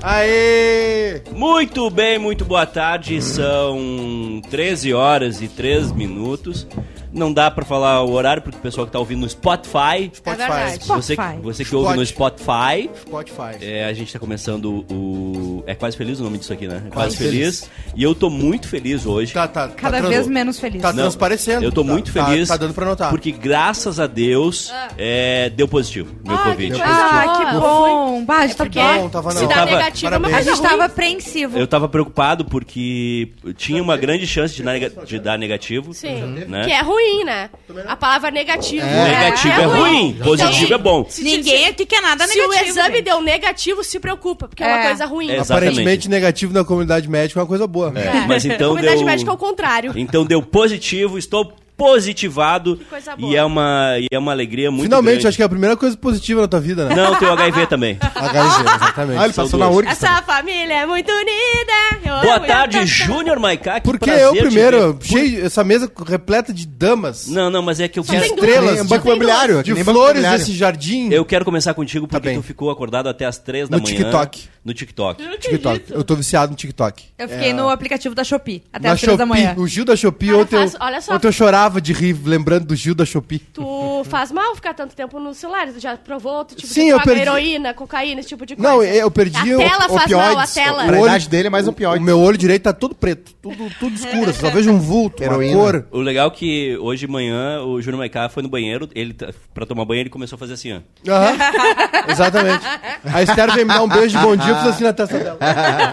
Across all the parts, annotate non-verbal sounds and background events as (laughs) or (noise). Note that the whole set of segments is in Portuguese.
Aê! Muito bem, muito boa tarde. São 13 horas e 3 minutos. Não dá pra falar o horário porque o pessoal que tá ouvindo no Spotify. É verdade. Spotify. Você, Spotify. você que ouve no Spotify, Spotify. é, a gente tá começando o. É quase feliz o nome disso aqui, né? É quase Quase feliz. E eu tô muito feliz hoje. Tá, tá, tá Cada transu- vez menos feliz. Tá Não, transparecendo. Eu tô Tá- muito tá- feliz. Tá, dando pra notar. Porque graças a Deus Ah. é, deu positivo meu Ah, Covid. que Deu Ah, positivo. que bom. Bah, a gente tá Porque Não, tava não. se dá Tava- negativo é uma parabéns. A coisa gente ruim. tava apreensivo. Eu tava preocupado porque tinha Tá uma grande chance de, nega- de dar negativo. Sim. Né? Que é ruim, né? A palavra negativo. Uhum. né? É. Negativo é, ruim, positivo é bom. Então, Se- Ninguém aqui quer nada Se, se negativo. o exame gente. deu negativo, se preocupa, porque é, uma É. coisa ruim. É, exato. exatamente. Aparentemente negativo na comunidade médica é uma coisa boa. É. Mas então Comunidade deu. médica é o contrário. (laughs) Então deu positivo, estou positivado. coisa boa. E é uma, e é uma alegria muito Finalmente, grande. acho que é a primeira coisa positiva na tua vida, né? Não, tem (laughs) o HIV também. HIV, exatamente. Ah, ele São passou duas. na URGS. também. Essa família é muito unida. Eu Boa amo, tarde, eu- Júnior Maiká. que Por que prazer eu te primeiro? ver. Cheio, essa mesa repleta de damas, Não, não, mas é que eu de quero, tem estrelas, Nem de, banco imobiliário, de que nem banco flores imobiliário. desse jardim. eu quero começar contigo porque Tá bem. tu ficou acordado até as três da No manhã. TikTok. No TikTok. Eu não acredito. TikTok. Eu tô viciado no TikTok. Eu fiquei no aplicativo da Shopee até Na as três da manhã. (laughs) O Gil da Shopee, Cara, ontem, eu, faz- olha só. ontem eu chorava de rir lembrando do Gil da Shopee. Tu faz mal ficar tanto tempo no celular? Tu já provou outro tipo Sim, de eu droga, perdi. heroína, cocaína, esse tipo de coisa? Não, eu perdi A o tela faz opioides. mal, a tela. O A olho- idade dele é mais um O pior. meu olho direito tá todo preto, tudo, tudo escuro. Só vejo um vulto, Heroína. uma cor. O legal é que hoje de manhã o Júnior Maiká foi no banheiro, ele t- pra tomar banho, ele começou a fazer assim, ó. (laughs) Aham, Exatamente. A Esther veio me dar um beijo de bom dia, eu fiz assim na testa (laughs) dela. tá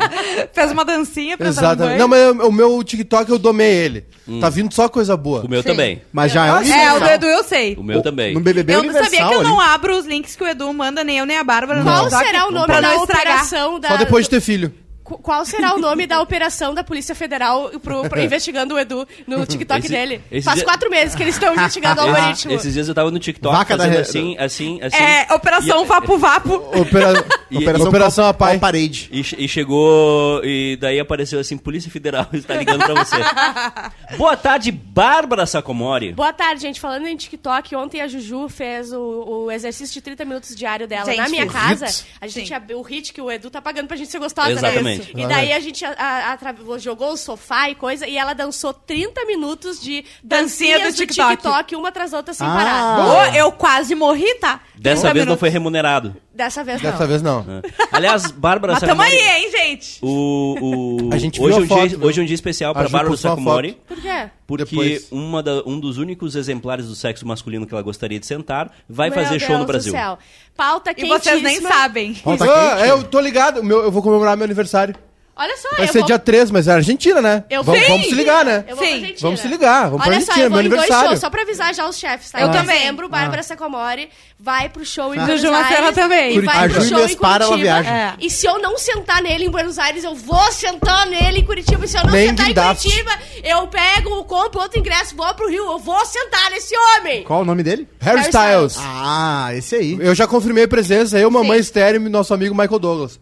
Fez uma dancinha pra Exatamente. Não, mas eu- o meu TikTok eu domei ele. Hum. Tá vindo só coisa boa. O meu Sim. também. Mas já é um É, o do universal. Edu eu sei. O meu também. No BBB Eu é universal sabia que eu ali. não abro os links que o Edu manda, nem eu nem a Bárbara. no Qual TikTok, será o nome pra da não estragar. operação da... Só depois de ter (laughs) filho. Qu- Qual será o nome da operação da Polícia Federal pro, (laughs) pro- investigando o Edu no TikTok Esse- dele? esse Faz dia- quatro meses que eles estão investigando o (laughs) Esse- algoritmo. esses dias eu tava no TikTok Vaca da fazendo re- assim, assim, assim. É, operação E- Vapo Vapo. Opera... Operação, Operação Pau- a Pai. Pau Parede. E, che- e chegou, e daí apareceu assim, Polícia Federal (laughs) está ligando pra (laughs) você. Boa tarde, Bárbara Sacomori. Boa tarde, gente. Falando em TikTok, ontem a Juju fez o, o exercício de 30 minutos diário dela Gente, na minha o casa. hit. A gente Sim. abriu o hit que o Edu tá pagando pra gente ser gostosa, Exatamente. né? E daí a gente a- a- atra- jogou o sofá e coisa, e ela dançou 30 minutos de Dancinha dancinhas do do TikTok. TikTok, uma atrás da outra sem Ah. parar. Ô, eu quase morri, tá? Dessa 30 vez não minutos. foi remunerado. Dessa vez não. Dessa vez não. É. né? Aliás, Bárbara Mas tamo Sacomori. aí, hein, gente? O, o, A gente hoje, é viu a um foto, dia, viu? hoje é um dia especial A pra Ju Bárbara postou uma Sacomori. foto. Por quê? Porque Depois. uma da- um dos únicos exemplares do sexo masculino que ela gostaria de sentar vai Meu fazer show Deus no do Brasil. céu. Pauta E vocês nem quentíssima. sabem. Pauta Ah, tá quente. eu tô ligado. o meu- eu vou comemorar meu aniversário. Olha só, Vai eu ser vou... dia 3, mas é Argentina, né? Eu vamos, vou- vamos se ligar, né? Eu vou Sim. pra Argentina. Vamos se ligar, vamos pra Olha só, Argentina, eu meu vou em dois aniversário. Ah. shows, só pra avisar já os chefes, tá? Eu Em também. dezembro, Bárbara Sacomori vai pro show em Ah. Buenos Juju Macena Aires. também. É. E vai A pro Ju show em Inespara, ela Curitiba. viaja. E se eu não sentar nele em Buenos Aires, eu vou sentar nele em Curitiba. E se eu não Nem sentar guindaste. em Curitiba, eu pego, compro outro ingresso, vou pro Rio. Eu vou sentar nesse homem. Qual o nome dele? Harry Styles. Ah, esse aí. Eu já confirmei presença, eu, mamãe Estéreo e nosso amigo Michael Douglas.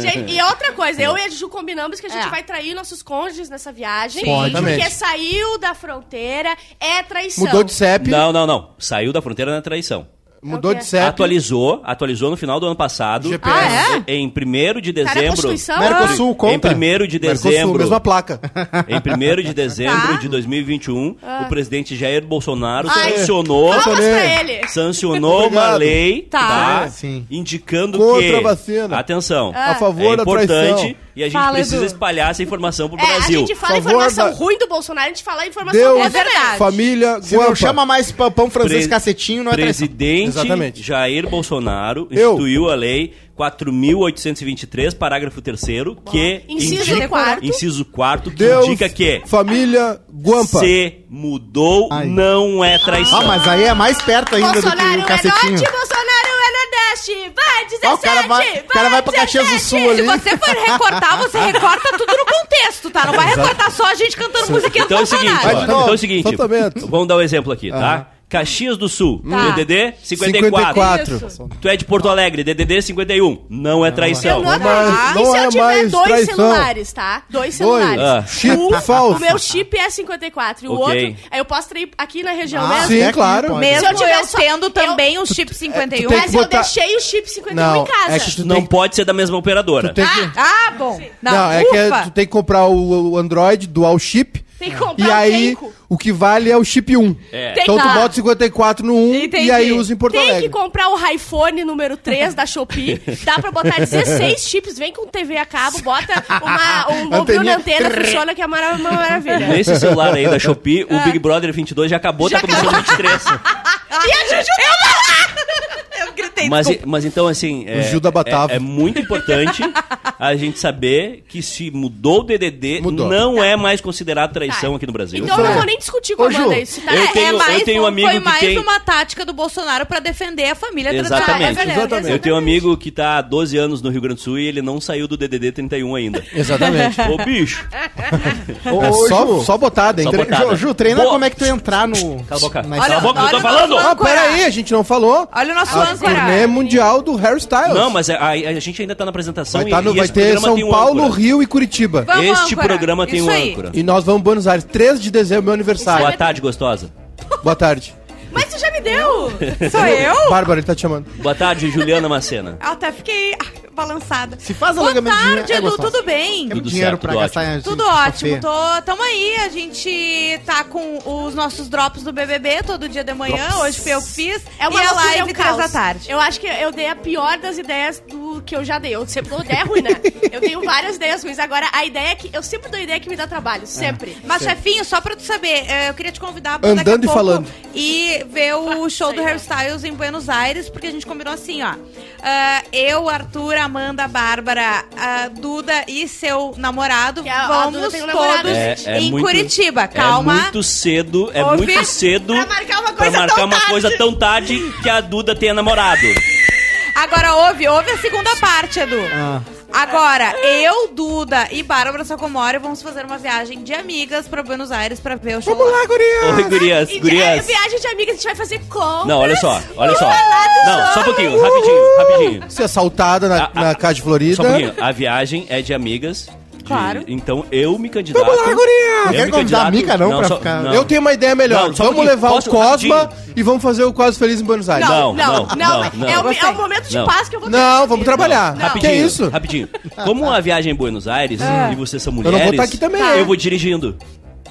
Gente, e outra coisa, eu e a Ju combinamos que a gente É. vai trair nossos cônjuges nessa viagem. Sim. Porque Exatamente. saiu da fronteira, é traição. Mudou de CEP, Não, não, não. Saiu da fronteira na traição. mudou É o de quê? CEP. Atualizou, atualizou no final do ano passado. GPS. Ah, Em 1 de é? Cara, a dezembro. Constituição... Mercosul Em conta. 1 de Mercosul, dezembro. (laughs) mesma placa. Em 1 de dezembro Tá. de 2021, Ah. o presidente Jair Bolsonaro sancionou, Palmas pra Bolsonaro. ele. sancionou uma Obrigado. É, lei Tá. tá, Sim. indicando Contra que a vacina. atenção Ah. A favor é da importante traição. e a gente Fala, precisa Edu. espalhar essa informação pro É, Brasil. a gente fala Favor informação da- ruim do Bolsonaro, a gente fala informação Deus, boa É verdade. família, Se não Guampa. chama mais pa- pão francês Pre- cacetinho, não é traição. Presidente Exatamente. Jair Bolsonaro Eu. instituiu a lei 4.823, parágrafo 3 que Inciso indica, quarto. inciso 4 que Deus, indica que é. família, Guampa. se mudou, Ai. não é traição. Ah, mas aí é mais perto ainda do Bolsonaro que o é cacetinho. norte, Bolsonaro é nordeste. Vai, 17! Ó, o cara vai, o cara vai pra Caxias do 17. Sul Se ali. você for recortar, você recorta tudo no contexto, tá? Não vai recortar só a gente cantando música Então é o seguinte, ó, Vai de novo. então é o seguinte, Soltamento. vamos dar um exemplo aqui, tá? Caxias do Sul, Tá. DDD 54. 54. Isso. Tu é de Porto Alegre, DDD 51. Não é traição. Eu não Mas acredito. não E se é eu tiver mais dois traição. celulares, tá? Dois celulares. Ah. Chip Um, falso. O meu chip é 54. E o Ok. outro, aí eu posso trair aqui na região Ah, mesmo. Sim, Até que claro. pode. Se né? Mesmo eu eu, tiver só- tendo também o chip tem 51. que Mas eu botar- deixei o chip 51 Não, em casa. é que tu Não tem, pode ser da mesma operadora. tu tem que... Ah, ah, bom. Não, Não, é que é- ufa. tu tem que comprar o, o Android dual chip. Tem que comprar E um aí, Kenko. o que vale é o chip 1. É. Então tu Tem que- bota 54 no 1 Entendi. e aí usa em Porto Tem que (laughs) Alegre. comprar o iPhone número 3 da Shopee. Dá pra botar (laughs) 16 chips, vem com TV a cabo, bota uma, um mobile na antena, funciona que é mara- uma maravilha. Nesse celular aí (laughs) da Shopee, o Big Brother 22 já acabou, tá começando o 23. Ah, tá Eu gritei. Mas, desculpa. mas então, assim. É, O Gil da Batava. É, é muito importante a gente saber que se mudou o DDD, Mudou. não é mais considerado traição aqui no Brasil. Então eu não vou nem discutir com a Ô, Ju, Amanda isso, tá? eu tenho- eu É, mais, tenho um foi- amigo foi que mais tem- uma tática do Bolsonaro pra defender a família Ah, é tradicional. Exatamente. da galera. Exatamente. Eu tenho um amigo que tá há 12 anos no Rio Grande do Sul e ele não saiu do DDD 31 ainda. É Exatamente. Ô, bicho! Ô, É ô, só, Ju, só botada, hein? Só tre- botada. Ju, Ju, treina Boa. como é que tu entrar no... Cala a boca. Cala na a escola. boca, eu olha tô o falando! nosso Ah, peraí, Ah, a gente não falou. Olha o nosso A âncora. turnê mundial do Harry Styles. Não, mas a, a- a gente ainda tá na apresentação vai, e- tá no- e vai esse ter programa São tem um Paulo, âncora. Rio e Curitiba. Vamos, Este âncora. programa tem Isso um aí. âncora. E nós vamos Buenos Aires, 3 de dezembro, é meu Boa aniversário. tarde, gostosa. Boa tarde. Mas você já me deu! Sou eu? Bárbara, ele tá te chamando. Boa tarde, Juliana Macena. Eu até fiquei ah, balançada. Se faz Boa alugamento de dinheiro, tarde, é Edu. gostoso. Tudo bem? Tem Tudo dinheiro certo, pra tudo gastar em- Tudo em ótimo, café. tô, tamo aí, a gente tá com os nossos drops do BBB todo dia de manhã, hoje foi eu que fiz, É uma loucura, e a é um live três caos. da tarde. Eu acho que eu dei a pior das ideias do que eu já dei. Eu sempre dou ideia ruim, né? Eu tenho várias ideias ruins. Agora, a ideia é que. Eu sempre dou ideia que me dá trabalho. Sempre. É. Mas, chefinho, só pra tu saber, eh, eu queria te convidar pra Andando daqui e a pouco falando. e ver o show do Hairstyles em Buenos Aires, porque a gente combinou assim, ó. Ah, eu, Arthur, Amanda, Bárbara, a Duda e seu namorado, Que a- a Duda vamos tem um todos namorado, É- é em muito- Curitiba. é Calma. muito cedo, é Ouvi- muito cedo Pra marcar uma pra coisa marcar tão uma tarde. coisa tão tarde que a Duda tenha namorado. Agora ouve, ouve a segunda parte, Edu. Ah. Agora, eu, Duda e Bárbara Sacomori vamos fazer uma viagem de amigas pra Buenos Aires pra ver o show. Vamos lá, guria! Oi, gurias, E é, gurias. viagem de amigas, a gente vai fazer compras. Não, olha só, olha só. falar do Não, show. só um pouquinho, rapidinho, rapidinho. Ser é assaltada na, Ah, ah, na Casa de Florida. Só um pouquinho. A viagem é de amigas. de- Claro. Então eu me candidato. Vamos lá, guria! Eu Quer me convidar candidato- a Mica, não, pra só- ficar- Ah, não. Eu tenho uma ideia melhor. Não, só um vamos pouquinho. levar Posso? o Cosma Rapidinho. e vamos fazer o Quase Feliz em Buenos Aires. Não, Não, não, não, não. não, não. É, o, é o momento de Não. paz que eu vou ter. Não, vamos trabalhar. Não. Que Rapidinho, isso? rapidinho. Como a viagem em Buenos Aires, e vocês são não mulheres, vou tá aqui também. eu vou dirigindo.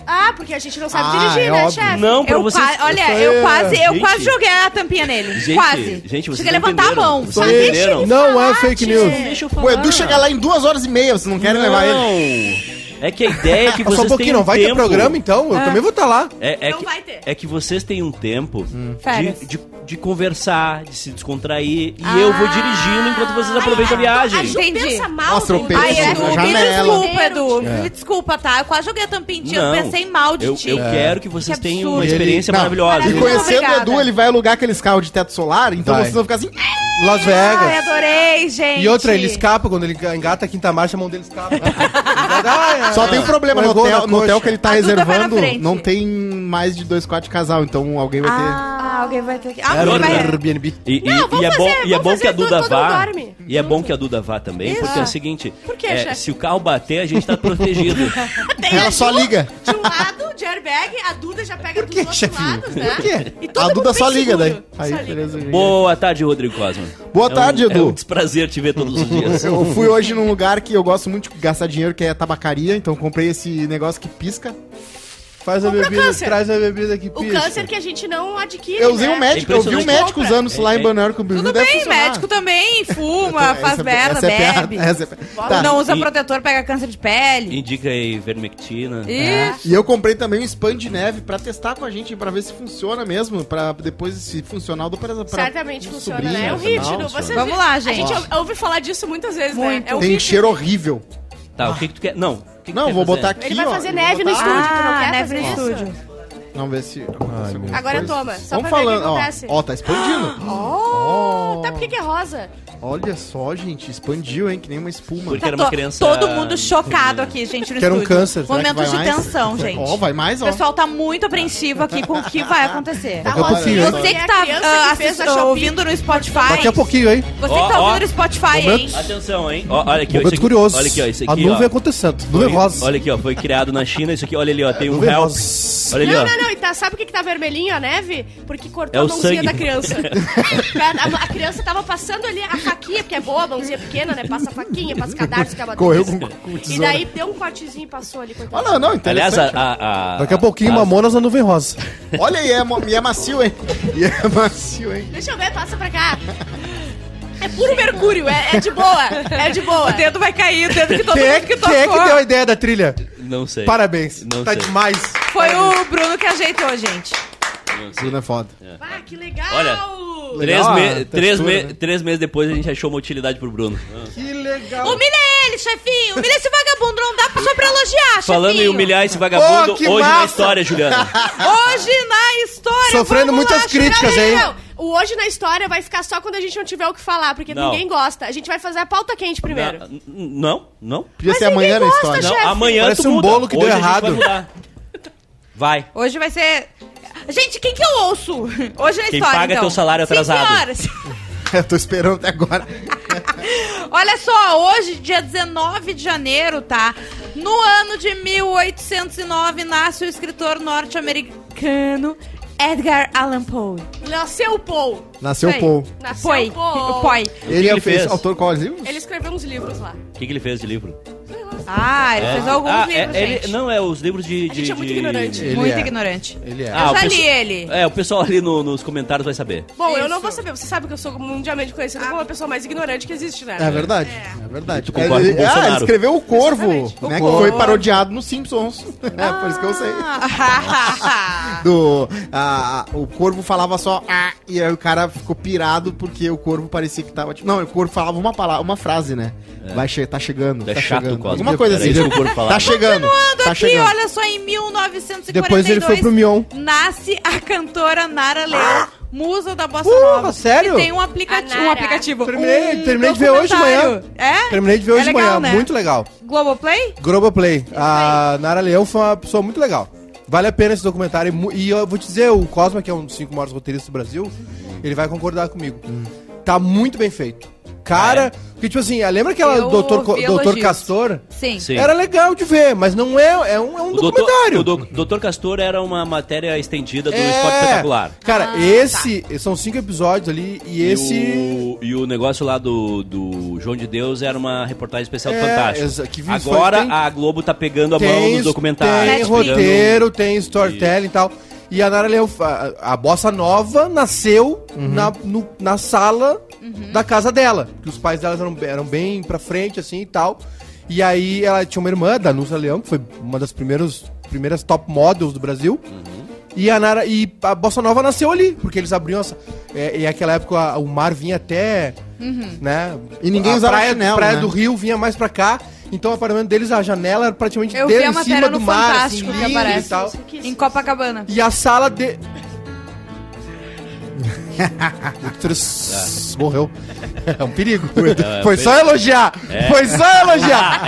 Ah, porque a gente não sabe Ah, dirigir, é né, óbvio. chefe? Não, pra Eu vocês... qua- olha, Isso aí, eu quase, eu gente. quase joguei a tampinha nele. Gente, quase. gente, vocês Cheguei a levantar entenderam. a mão. Vocês Só Isso aí deixa ele entenderam. não é falar, fake tio. news. Deixa eu falar. O Edu chega lá em duas horas e meia, vocês não querem levar ele. Não. É que a ideia é que vocês Ah, (laughs) Só um pouquinho, têm não um vai ter tempo. programa então? Eu também vou estar lá. É, é Não que, vai ter. É que vocês têm um tempo de, Férias. de, de conversar, de se descontrair. E Ah. eu vou dirigindo enquanto vocês aproveitam a viagem. A Ju Entendi. pensa mal. Ah, Nossa, eu né? penso, Ai, Pela Edu, me janela. desculpa, Edu. Me desculpa, tá? Eu quase joguei a tampinha em ti, eu É. Não. pensei mal de eu, ti. eu quero que vocês Que tenham uma absurdo. experiência É. Não, maravilhosa. E Muito conhecendo o obrigada. Edu, ele vai alugar aqueles carros de teto solar, então Vai. vocês vão ficar assim. "Ah!" Las Ai, Vegas. adorei, gente. E outra, ele escapa, quando ele engata a quinta marcha, a mão dele escapa. Ah, é. (laughs) Só tem um problema no Largou na hotel, no coxa. hotel que ele tá A Duda vai na reservando, frente. não tem mais de dois quartos de casal, então alguém vai ter. Ah, alguém vai ter que... tá Ah, É alguém vai... Airbnb. E, e- Não, vamos e é bom, fazer- e é vamos bom fazer que a todo- Duda todo vá. mundo dorme. E é bom que a Duda vá também, porque é o seguinte: Por quê, é, chefe? se o carro bater, a gente (laughs) tá protegido. Tem Ela a só Ju liga. De um lado, de airbag, a Duda já pega dos outros lados, né? Por quê? E todo A Duda mundo só bem liga daí. seguro. Aí, Só liga. beleza. Boa tarde, Rodrigo Cosma. Boa É um- tarde, É Edu. um desprazer te ver todos os dias. (laughs) Eu fui hoje num lugar que eu gosto muito de gastar dinheiro, que é tabacaria, então comprei esse negócio que pisca. Faz a Compra bebida, câncer. traz a bebida aqui, O pisca. câncer que a gente não adquire, Eu usei né? um médico, eu vi um É Impressionante. médico usando isso lá É, em é. Banana com Tudo deve bem, funcionar. médico também, fuma, faz (laughs) Essa- merda, essa é piada, bebe. essa é piada. Tá, Não usa E- protetor, pega câncer de pele. Indica aí vermectina. É. Isso. E eu comprei também um spam de neve pra testar com a gente, pra ver se funciona mesmo, pra depois se funcionar eu dou pra, pra Certamente funciona, sobrinha, né? É um afinal, hit. não- funciona. Vocês Vamos lá, A gente. gente ou- ouve falar disso muitas vezes, Muito. né? É um Tem hit. cheiro horrível. Tá, o que, que tu quer? Não, o que que Não, tu vou quer botar fazer? aqui, Ele vai ó, fazer eu neve né? vou no botar- estúdio, tu não quer Ah, neve fazer no isso? estúdio. Vamos ver se... acontece alguma Agora coisa. toma, só Vamos pra ver o que falando, ó. tá (gasps) acontece. Ó, tá expandindo. Oh, Tá, por que que é rosa? Olha só, gente, expandiu, hein? Que nem uma espuma. Porque- era uma Tá to- criança- Todo mundo chocado aqui, gente, no Que era um estúdio. câncer, será Será que Momentos de vai mais? tensão, gente. Ó, vai mais, O ó. pessoal tá muito apreensivo aqui com o que vai acontecer. Tá Daqui a pouquinho, hein? Você que tá ah, assist- ouvindo no Spotify. Daqui a pouquinho, hein? Você Ó, que tá ó. ouvindo no Spotify, hein? Atenção, hein? Ó, olha aqui, ó, Momentos isso aqui, curiosos. Olha aqui, ó, isso aqui, a nuvem ó. acontecendo. Foi- Nuvem rosa. Olha aqui, ó, foi criado na China, isso aqui, olha ali, ó, tem um Nuvem help. rosa. Olha ali, não, ó. não, não. E tá, sabe o que, que tá vermelhinho a neve? Porque cortou É a o mãozinha sangue. da (laughs) criança. a, a criança tava passando ali a faquinha, porque é boa a mãozinha pequena, né? Passa a faquinha, passa cadarço, cavador. Correu com- com E tesoura. daí deu um cortezinho e passou ali. Ah, Coitado. não, não, Aliás, a, interessante. a- a- Daqui a pouquinho, a- Mamonas na nuvem (laughs) rosa. Olha aí, é, mo- e é macio, hein? (laughs) E é macio, hein? Deixa eu ver, passa pra cá. É puro mercúrio, é, é de boa, é de boa. O dedo vai cair, o dedo que todo Quem é, mundo que quem tocou. é que deu a ideia da trilha? Não sei. Parabéns. Não tá sei. demais. Foi o Bruno que ajeitou, gente. Não sei. Bruno é foda. Ah, que legal! Olha, Três, Legal a Ah, me- textura, três, me- né? três meses depois a gente achou uma utilidade pro Bruno. Que legal. Humilha ele, chefinho. Humilha esse vagabundo. Não dá só pra elogiar, chefinho. Falando em humilhar esse vagabundo, Oh, que hoje na massa! história, Juliana. (laughs) Hoje na história. Sofrendo vamos muitas lá, críticas, Não, hein? é não, não. O hoje na história vai ficar só quando a gente não tiver o que falar, porque Não. ninguém gosta. A gente vai fazer a pauta quente primeiro. Não, não, não. Podia Mas ser ninguém amanhã na gosta, história. gente. Não, Chefe. amanhã Parece tu um muda. bolo que Hoje deu a gente errado. vai mudar. Vai. Hoje vai ser. Gente, quem que eu ouço? Hoje na Quem história. paga então. teu salário atrasado. Sim, senhoras. (laughs) (laughs) Eu tô esperando até agora. Olha só, hoje, dia 19 de janeiro, tá? No ano de 1809, nasce o escritor norte-americano Edgar Allan Poe. Nasceu o Paul. Nasceu Foi. o Paul. Nasceu Poe. o Paul. Poe. Ele, que é ele o fez? fez? autor qual livro? Ele escreveu uns livros lá. O que, que ele fez de livro? Ah, ele fez alguns Ah, livros, é- gente. ele- não, é os livros de... A de- gente é muito de- ignorante. Ele Muito é. ignorante. Ele é. Ah. Eu já o li ele. É, o pessoal ali no- nos comentários vai saber. Bom, eu Isso. não vou saber. Você sabe que eu sou mundialmente conhecida como a pessoa mais ignorante que existe, né? É verdade. É, verdade. concorda ele, com o ah, Bolsonaro? ele escreveu O Corvo, Exatamente. né? O que Corvo. foi parodiado nos Simpsons. (laughs) É, por isso que eu sei. (laughs) Ah. Do, ah, o corvo falava só ah, e aí o cara ficou pirado porque o corvo parecia que tava tipo. Não, o corvo falava uma palavra, uma frase, né? Vai che tá chegando. É tá chato, chegando. Cosmo. Alguma coisa Era assim. isso que o corvo falava. tá chegando. Continuando Tá aqui, chegando. olha só, em 1942. Depois ele foi pro Mion. Ah! Nasce a cantora Nara Leão, musa da bossa Uh, nova. sério? E tem um, aplicati- A Nara. um aplicativo. Terminei, um terminei de ver hoje de manhã. documentário. É? Terminei de ver hoje É de legal, manhã. né? Muito legal. Globoplay? Globoplay. A Nara Leão foi uma pessoa muito legal. Vale a pena esse documentário. E mu- E eu vou te dizer, o Cosma, que é um dos cinco maiores roteiristas do Brasil, ele vai concordar comigo. Hum. Tá muito bem feito. É. Cara, porque tipo assim, ah, lembra aquela Eu doutor, Co- ouvi doutor elogios. Castor? Sim. Sim. Era legal de ver, mas não é, é um, é um O doutor, documentário. o doc- doutor Castor era uma matéria estendida do É. Esporte Espetacular. Cara, Ah, esse, tá. são cinco episódios ali, e esse... E o, e o negócio lá do, do João de Deus era uma reportagem especial É, exa- fantástica. que vi- Agora foi- tem- a Globo tá pegando a mão nos documentários. Tem pegando- roteiro, tem storytelling e tal. E a Nara Leão, a, a Bossa Nova nasceu Uhum. na, no- na sala da casa dela. Que os pais dela eram, eram bem pra frente, assim e tal. E aí ela tinha uma irmã, Danusa Leão, que foi uma das primeiros, primeiras top models do Brasil. Uhum. E a, Nara, e a Bossa Nova nasceu ali, porque eles abriam essa. É, e naquela época a- o mar vinha até. Né? Uhum. E ninguém a usava praia, chinelo, praia né? do Rio vinha mais pra cá. Então o apartamento deles, a janela era praticamente Eu dele vi a em matéria no Fantástico que lindo aparece. assim, e tal. Em Copacabana. E a sala (laughs) de. Três- Morreu. É um perigo. (laughs) Foi só elogiar. Foi só elogiar.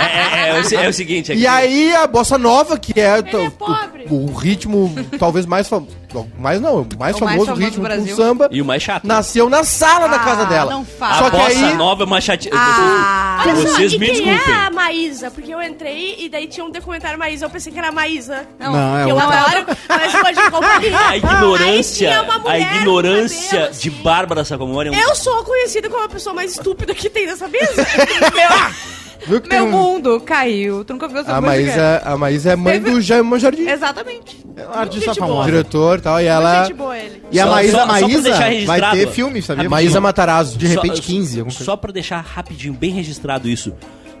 (laughs) É, é, é o se- é o seguinte, é E que- aí a bossa nova, que é, to- é o- pobre. O, ritmo talvez mais famoso, mais não, o mais É O mais famoso famoso do ritmo do Brasil. samba, e o mais chato. nasceu na sala da Ah, casa dela. não fala. A Só que bossa aí nova é uma chatinha. Ah. Olha só, Vocês e me quem desculpem. é a Maísa? Porque eu entrei e daí tinha um documentário Maísa. Eu pensei que era a Maísa. Não, é que eu outra. adoro, (laughs) mas hoje de companhia. A Ah, Aí ignorância, tinha uma a mulher com ignorância cabelo, de assim. Bárbara Sacomori é um Eu sou conhecida como a pessoa mais estúpida que tem nessa (laughs) mesa. Viu que Meu tem um- mundo caiu. Tu nunca viu essa a música? Maísa, a Maísa é mãe Teve- do Jaime Jardim, Exatamente. é um artista Gente boa. famoso. diretor e tal, e ela Gente boa ele. E a Só- Maísa, só- só pra Maísa deixar vai registrado. ter filme, sabia? A Maísa Matarazzo. De repente 15, alguma coisa. Só pra deixar rapidinho, bem registrado isso.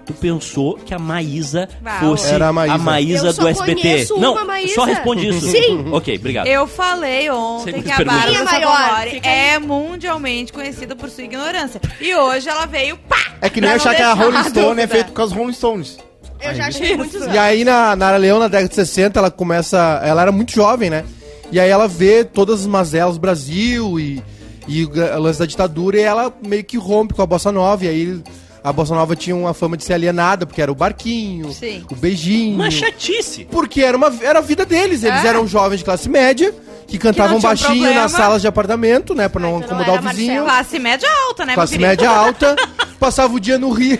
Tu pensou que a Maísa Vai, fosse Era a a Maísa. Maísa, Eu só do SBT? conheço Não, uma Maísa. só responde isso. Sim. Ok, obrigado. Eu falei Sempre ontem que a pergunta. Bárbara Quem é maior? Sacomori Fica aí. é mundialmente conhecida por sua ignorância. E hoje ela veio, pá! É que pra nem não achar que a deixar Rolling Stone é dúvida. feito com as Rolling Stones. Eu já achei muitos anos. E aí na Nara Leão, na década de 60, ela começa. Ela era muito jovem, né? E aí ela vê todas as mazelas do Brasil e. E o gra- o lance da ditadura, e ela meio que rompe com a Bossa Nova, e aí a Bossa Nova tinha uma fama de ser alienada, porque era o barquinho, Sim. o beijinho. Uma chatice. Porque era, uma, era a vida deles. Eles É. eram jovens de classe média, que cantavam tinham baixinho problema. nas salas de apartamento, né? Pra não então não incomodar Tá, era o vizinho. Marcelo. Classe média alta, né, meu Classe querido? média alta. Passava o dia no rio.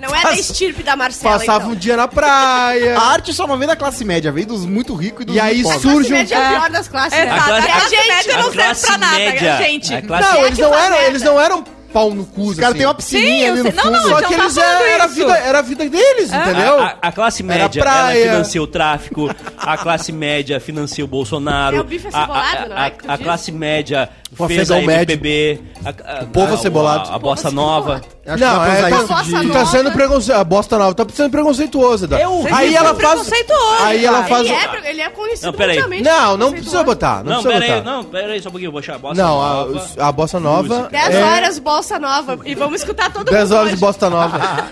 Não é da Passa- estirpe da Marcela, passava então. um dia na praia. (laughs) A arte só não vem da classe média, vem dos muito ricos e dos E aí muito pobres. surge- Classe média é a pior das classes, né? é Exato. A classe- A classe a gente média não a serve classe pra nada, média. gente. A classe- Não, eles não, faz eram, merda. eles não eram pau no cu. assim. Os caras têm uma Sim, piscininha eu ali sei. no Não, fundo. não, Só então que tá eles falando eram, era, a isso. vida, era a vida deles, entendeu? A, a- a classe Era média, ela praia. financia o tráfico, a classe média financia o Bolsonaro. É o bife a- a, acebolado, não é a- que tu a diz? classe média O fez a afegão médio. MPB. A, a, o povo acebolado. A, a, bossa nova. Acho que dá pra usar tá- isso de- tu tá sendo preconceituoso. A bosta nova tá sendo preconceituosa. Dá. Eu- aí Vocês ela são faz. preconceituosos, Aí ela cara. faz. Ele é, pre- ele é conhecido Não, peraí. mundialmente Não, como não conceituoso. precisa botar. Não, Não, precisa pera aí, botar. não, pera aí só um pouquinho, vou achar a bossa Não, nova. a, a bossa nova. Música. Dez é- horas bolsa nova e vamos escutar todo 10 mundo horas de hoje. (laughs) bosta nova.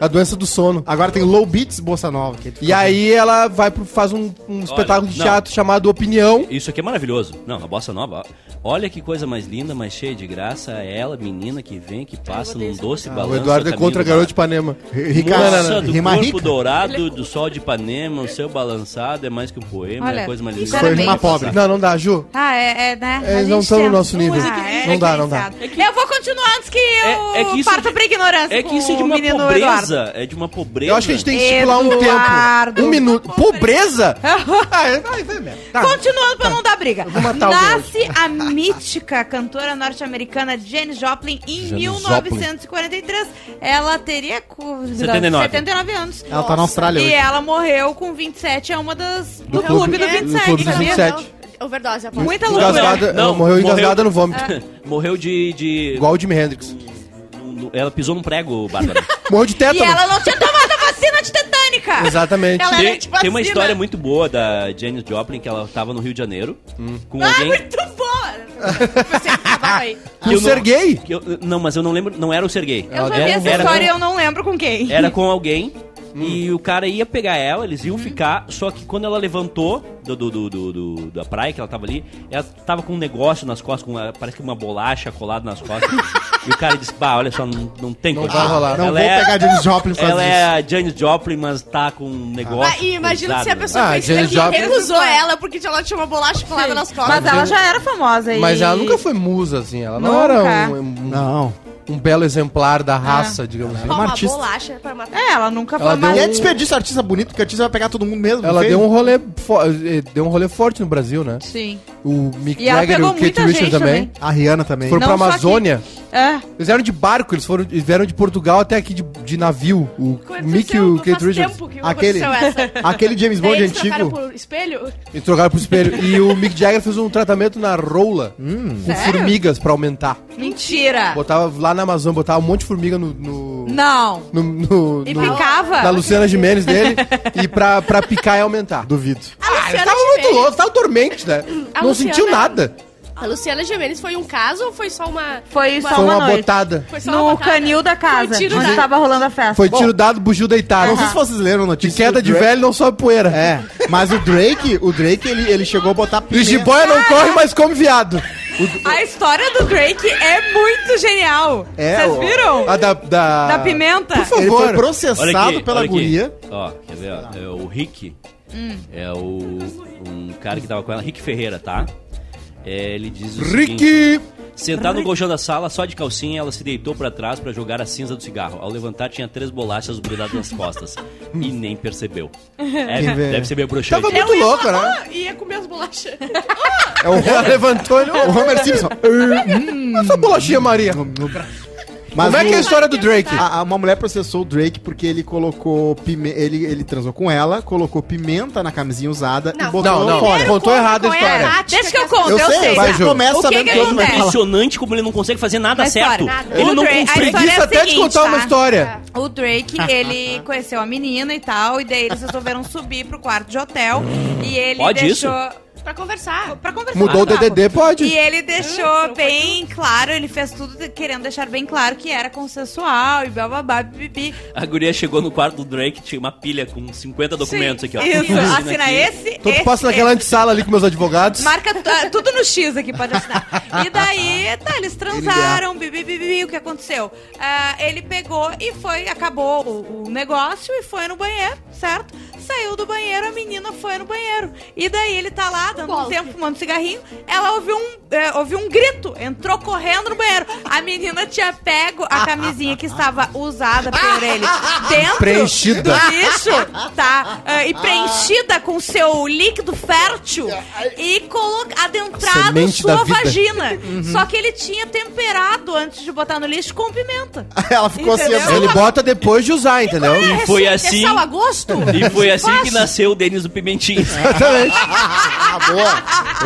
a doença do sono. Agora tem low beats bossa nova. que tu E aí ela vai pro, faz um, um espetáculo de não. teatro chamado Opinião. Isso aqui é maravilhoso. Não, a bossa nova. ó. Olha que coisa mais linda, mais cheia de graça. É ela, menina que vem, que passa num doce balanço. o Eduardo é né? contra a garota de né? Ipanema. Ricardo, Moça do rima corpo rica. é dourado, do sol de Ipanema, o seu balançado é mais que um poema, é Olha, a coisa mais isso linda. era que bem- eu já vi Uma pobre. passar. Não, não dá, Ju. Ah, é, é, né? É, A eles gente não são tem no as nosso nível. músicas, né? Não dá, não dá. É que- Eu vou continuar antes que eu É- é que isso parta de- pra ignorância É que isso é de com o uma menino Eduardo. pobreza. É de uma pobreza. Eu acho que a gente tem que estipular um Eduardo. tempo. Um minuto. (laughs) Pobreza? ah, é- vai, vai merda. Tá. Continuando pra não dar briga. matar alguém Nasce a mítica cantora norte-americana Jane Joplin em Jane 1943. Ela teria cu- 79. 79 anos. Ela tá na Austrália E hoje. ela morreu com 27, é uma das. do, Do clube- clube, do do 27. clube dos sabia? 27. Overdose, aposto. Muita Não, loucura. Engasgada, não, ela morreu morreu. engasgada no vômito. (laughs) Morreu de. de... Igual o Jimi Hendrix. no- no- Ela pisou num prego, Bárbara. Morreu de E tétano. ela não tinha tomado a vacina de tetânica. Exatamente. (laughs) Ela- tem, era tipo tem uma assim, história né? muito boa da Janis Joplin, que ela tava no Rio de Janeiro. Hum. Com Ah, alguém. muito boa! Você acabava aí. Com Ah, eu o não- Serguei. que eu- não, mas eu não lembro. Não era o Serguei. Eu já era, vi essa era- história e eu não lembro com quem. era com alguém. Hum. E o cara ia pegar ela, eles iam ficar, só que quando ela levantou do, do- do- do- do- da praia que ela tava ali, ela tava com um negócio nas costas, com uma- parece que uma bolacha colada nas costas. (laughs) e o cara disse, bah, olha só, não, não tem Não como. vai rolar. Não ela vou é, pegar James Joplin por causa Ela disso. Ah. é a Janis Joplin, mas tá com um negócio. Mas, Ah, e imagina pesado, se a né? pessoa Ah, fez isso Janis daqui, Joplin- recusou ela porque ela tinha uma bolacha colada nas costas. Mas ela já era famosa. Mas e... ela nunca foi musa, assim. Ela não Nunca. era um, um, Não. um belo exemplar da raça, digamos assim. Toma uma artista. bolacha pra matar. É, ela nunca Ela foi deu E mais. é desperdício artista bonito, porque artista vai pegar todo mundo mesmo. Ela feio. deu um, rolê fo- eh, deu um rolê forte no Brasil, né? Sim. O Mick E ela Jagger e o pegou Kate muita Richards gente também. também. A Rihanna também. Foram Não pra só aqui. Amazônia. É. Eles vieram de barco, eles foram, eles vieram de Portugal até aqui de, de navio. O Aconteceu, Mick e o não faz Kate Richards. tempo que Aquele. aconteceu (laughs) essa. Aquele James Daí Bond eles trocaram antigo. por espelho? E trocaram pro espelho. e o Mick Jagger fez um tratamento na rola Hum. com Sério? formigas pra aumentar. Mentira. Botava lá na Amazônia, botava um monte de formiga no. no, Não. no- no- E no- ficava. na Luciana Gimenez dele. e pra, pra picar e aumentar. Duvido. A Luciana Ele tava muito Gimenez- louco, tava dormente, né? A Não Luciana- sentiu nada. A Luciana Gimenez foi um caso ou foi só uma... Foi só Foi uma, uma noite. botada. Foi só uma No botada? canil da casa, Foi tiro onde da- tava rolando a festa. Foi tiro dado, bugio deitado. Ah, Não sei se vocês leram a De notícia. queda do de Drake- velho não sobe poeira. É. Mas o Drake, o Drake, ele, ele chegou a botar E o pimenta. jiboia não corre, mas come viado. A história do Drake é muito genial. É, Vocês ó. viram? A da, da... Da pimenta. Ah. Por Ele favor. foi processado pela olha aqui. guria. Ó, quer ver? ó? É o Rick. É o um cara que tava com ela, Rick Ferreira, tá? É, ele diz o seguinte, Rick! Sentar no colchão da sala, só de calcinha, ela se deitou pra trás pra jogar a cinza do cigarro. Ao levantar, tinha três bolachas grudadas nas costas. e nem (laughs) percebeu. É, Quem vê? deve ser meio broxante. Tava né? muito louco, né? Ah, ia comer as bolachas. É o Homer levantou ele. O Homer Simpson. Essa bolachinha, Maria. Mas Como é que é a o- história do Drake? Tá. A- a- uma mulher processou o Drake porque ele colocou pime... ele, ele transou com ela, colocou pimenta na camisinha usada e Não, botou não, não. fora. Contou errado a qual é história. tática Deixa que que eu essa- conto, eu, Eu sei, sei. vai, tá? Ju. Começa o que que sabendo que todo mundo vai acontece? É Impressionante como ele não consegue fazer nada Na certo. história, nada. Ele O não Dre- a consegue. história é Preguiça a até de seguinte, contar uma tá? história. O Drake, ele (laughs) conheceu a menina e tal, e daí eles resolveram subir pro quarto de hotel. E ele Pode deixou. isso? Pra conversar. Pra conversar. Mudou o papo. DDD, pode. Ah, tá E ele deixou Hum, bem claro, ele fez tudo de- querendo deixar bem claro que era consensual e bababá, bibibi. A guria chegou no quarto do Drake, tinha uma pilha com 50 documentos aqui, ó. Isso, Assina assina aqui. esse, Então tu esse, passa naquela antessala ali com meus advogados. Marca tu- ah, tudo no X aqui, pode assinar. E daí, tá, eles transaram, bibi, bibi, bibi, o que aconteceu? Ah, ele pegou e foi, acabou o, o negócio e foi no banheiro, certo? Saiu do banheiro, a menina foi no banheiro. E daí ele tá lá, dando um Golpe. tempo, fumando cigarrinho, ela ouviu um, é, ouviu um grito, entrou correndo no banheiro. A menina tinha pego a camisinha que estava usada por ele dentro Preenchida. do lixo, tá? Ah, e preenchida com seu líquido fértil É, e colo- adentrado em Semente da sua vida. Uhum. vagina. Só que ele tinha temperado antes de botar no lixo com pimenta. (laughs) Ela ficou assim, Entendeu? Ele bota depois de usar, entendeu? E foi assim. Assim... é a (laughs) gosto? E foi assim que nasceu o Denis do Pimentinho. Exatamente. ah,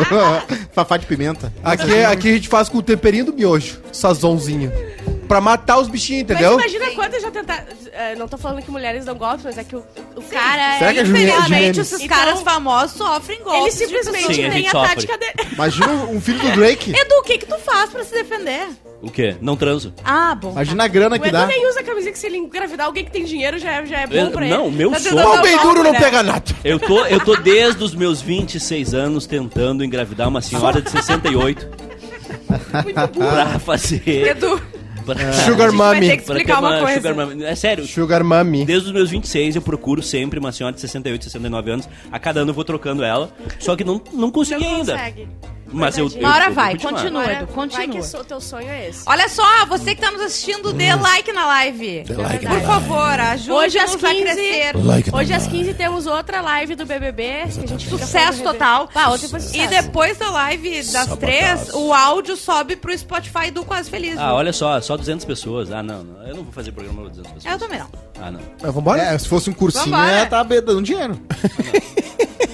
boa. (laughs) Fafá de pimenta. Aqui, é aqui a gente faz com o temperinho do miojo, sazonzinho. Pra matar os bichinhos, entendeu? Mas imagina quantas já tentaram. eh, Não tô falando que mulheres não gostam, mas é que o, o cara. Será que é Juliana- Infelizmente, Juliana? esses Então- caras famosos sofrem golpes. Ele de simplesmente Sim, é a tem gente a sofre. tática dele. Imagina um filho do Drake. pessoas. Edu, o que que tu faz pra se defender? O quê? Não transo. Ah, bom. tá. Imagina a grana O que Edu dá. nem usa camisinha que se ele engravidar alguém que tem dinheiro já é, já é bom Eu- pra ele. não, meu Tá tentando sonho- dar Pau bem uma duro não olhada. pega nada. Eu tô, eu tô desde os meus 26 anos tentando engravidar uma senhora de 68 Muito burro. pra fazer. Edu, Pra, Sugar vai ter Mami. que pra ter explicar uma coisa. sugar mama. É sério, Sugar Mami. Desde os meus 26 eu procuro sempre uma senhora de 68, 69 anos. A cada ano eu vou trocando ela. Só que não, não consegui Não ainda. consegue. Mas eu, eu, Verdade. eu Uma hora vou vai, continuar. continua. Agora, Edu, Vai que continua. so- teu sonho é esse. Olha só, você que tá nos assistindo, dê like na live. Hum. like Por favor, ajude Hoje às 15, a então crescer. Like hoje na às 15 temos outra live do BBB. Que a gente fica Sucesso falando do total. BBB. Ah, ontem foi sucesso. E depois da live das três, o áudio sobe pro Spotify do Quase Feliz. Ah, olha só, só 200 pessoas. Ah, não, não, eu não vou fazer programa pra 200 pessoas. É, Eu também não. Ah, não. Ah, vambora? É, se fosse um cursinho, Vambora. ia tá be- dando dinheiro.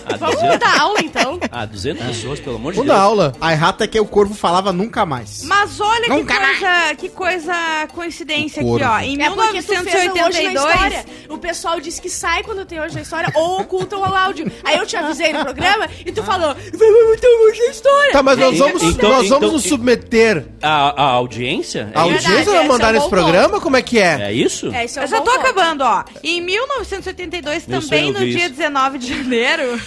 Ah, Vamos 200, dar aula (laughs) então. ah, 200 pessoas, pelo amor de Vamos dar Deus. aula. A errata é que o corvo falava nunca mais. Mas olha que Nunca mais. coisa, que coisa coincidência O aqui, ó. corvo. Em É porque tu fez o hoje na 1982, história. O pessoal diz que sai quando tem hoje na história ou ocultam o áudio. Aí eu te avisei no programa e tu falou, vamos botar o hoje na um história. É Tá, mas nós E- vamos, então- nós vamos então- nos submeter A, a audiência? à É, verdade, audiência esse é pra um mandar nesse bom programa? Como é que é? é isso? É, isso é um eu já bom tô ponto. acabando, ó. Em 1982, Eu sei, também eu no vi dia isso. 19 de janeiro,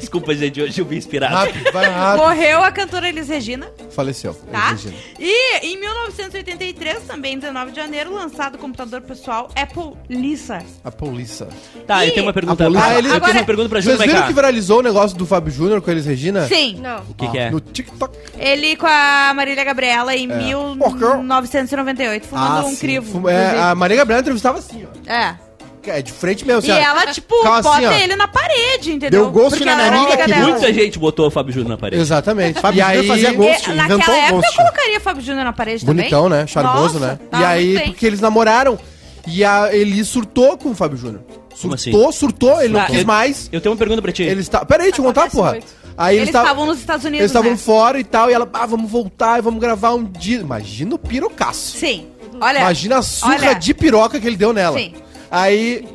Desculpa, gente, hoje eu vim inspirado. Rápido, vai Ah. rápido. morreu a cantora Elis Regina. Faleceu. tá? Regina. E em 1983, também 19 de janeiro, lançado o computador pessoal Apple Lisa. A polícia. Tá, eu Ih, tenho uma pergunta. a polícia- Ah, eu Agora- tenho uma pergunta pra Júlia Vocês viram que Maiká. viralizou o negócio do Fábio Júnior com eles, Regina? Sim. Não. O que, que é? Ah, No TikTok. Ele com a Marília Gabriela É. em 1998, fumando Ah, um sim. crivo. Fu- é, a Maria Gabriela entrevistava assim, ó. É. É, de frente mesmo. E assim, ó. ela, tipo, Ficava assim, bota ó. ele na parede, entendeu? Deu gosto Porque na ela era nariga, amiga que dela. Muita gente botou o Fábio Júnior na parede. Exatamente. Fábio e Júnior aí, fazia gol. Ghost, E, inventou É, naquela o época eu Ghost. colocaria Fábio Júnior na parede Bonitão, também. né? Charmoso, Nossa, né? tá, e não aí, tem. porque eles namoraram. E a, ele surtou com o Fábio Júnior. Surtou, assim? surtou, ele não Tá, quis eu- mais. Eu tenho uma pergunta pra ti. Ele está. Peraí, deixa eu contar, Acontece porra. muito. Aí Eles eles tavam- estavam nos Estados Unidos, Eles estavam né? fora e tal, e ela, ah, vamos voltar e vamos gravar um dia. Imagina o pirocaço. Sim. Olha, Imagina a surra É. olha. de piroca que ele deu nela. Sim. Aí.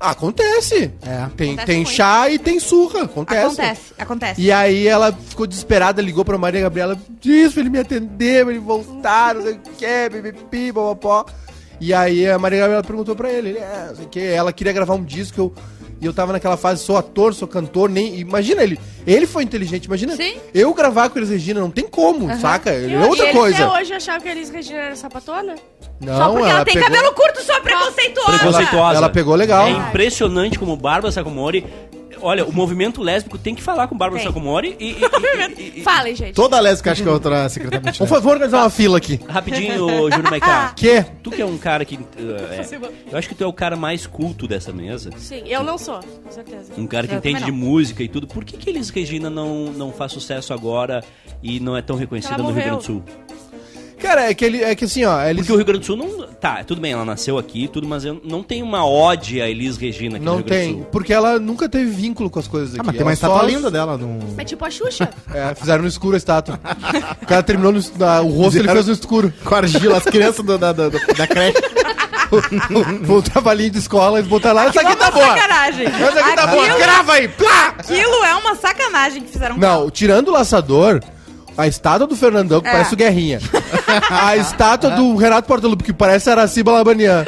Acontece. É. Tem, Acontece tem muito. chá e tem surra. Acontece. acontece, acontece. é E aí ela ficou desesperada, ligou pra Maria Gabriela, disse pra ele me atender, pra ele voltar, não sei o que, pipipi, popopó. E aí a Maria Gabriela perguntou pra ele, ele, é, não sei o que, ela queria gravar um disco, eu, e eu tava naquela fase, sou ator, sou cantor, nem... Imagina, ele ele foi inteligente, imagina Sim. eu gravar com eles, Regina, não tem como, saca? Ele Eu- é e outra ele coisa. Até hoje achava que a Elis Regina era sapatona. Não, Só porque ela, tem cabelo curto, só preconceituosa. Preconceituosa. Ela pegou legal. É impressionante como Bárbara Sacomori. Olha, o movimento lésbico tem que falar com Bárbara Tem. Sacomori e. e- e- e- Falem, gente. Toda lésbica acho que é outra secretamente. Vamos fazer- vamos organizar uma fila aqui. Rapidinho, ô, Júlio (laughs) Maiká. Que? Tu que é um cara que. uh, é, eu acho que tu é o cara mais culto dessa mesa. Sim, eu não sou, com certeza. Um cara que Eu entende de também música e tudo. Por que, que Elis Regina não, não faz sucesso agora e não é tão reconhecida Ela no Rio morreu. Grande do Sul? Cara, é que, ele, é que assim, ó, eles... Porque o Rio Grande do Sul não. Tá, tudo bem, ela nasceu aqui e tudo, mas eu não tem uma ode a Elis Regina aqui no Não Rio Grande tem, do Sul. porque ela nunca teve vínculo com as coisas aqui. Ah, mas tem Ela uma estátua só- linda dela um no... É tipo a Xuxa. (laughs) É, fizeram no escuro a estátua. O cara terminou no, na- o rosto, ele (laughs) Fizeram- fez no escuro. Com argila, as crianças do- da, da, da- da creche. no- no trabalhinho de escola, eles botaram lá, essa aqui Aquilo é tá uma boa. sacanagem. Essa aqui tá boa, Aquilo- crava aí, plá! Aquilo é uma sacanagem que fizeram. Não, tirando o laçador, a estátua do Fernandão, que É. parece o Guerrinha. a estátua do Renato Portaluppi, que parece a Araciba Labanian.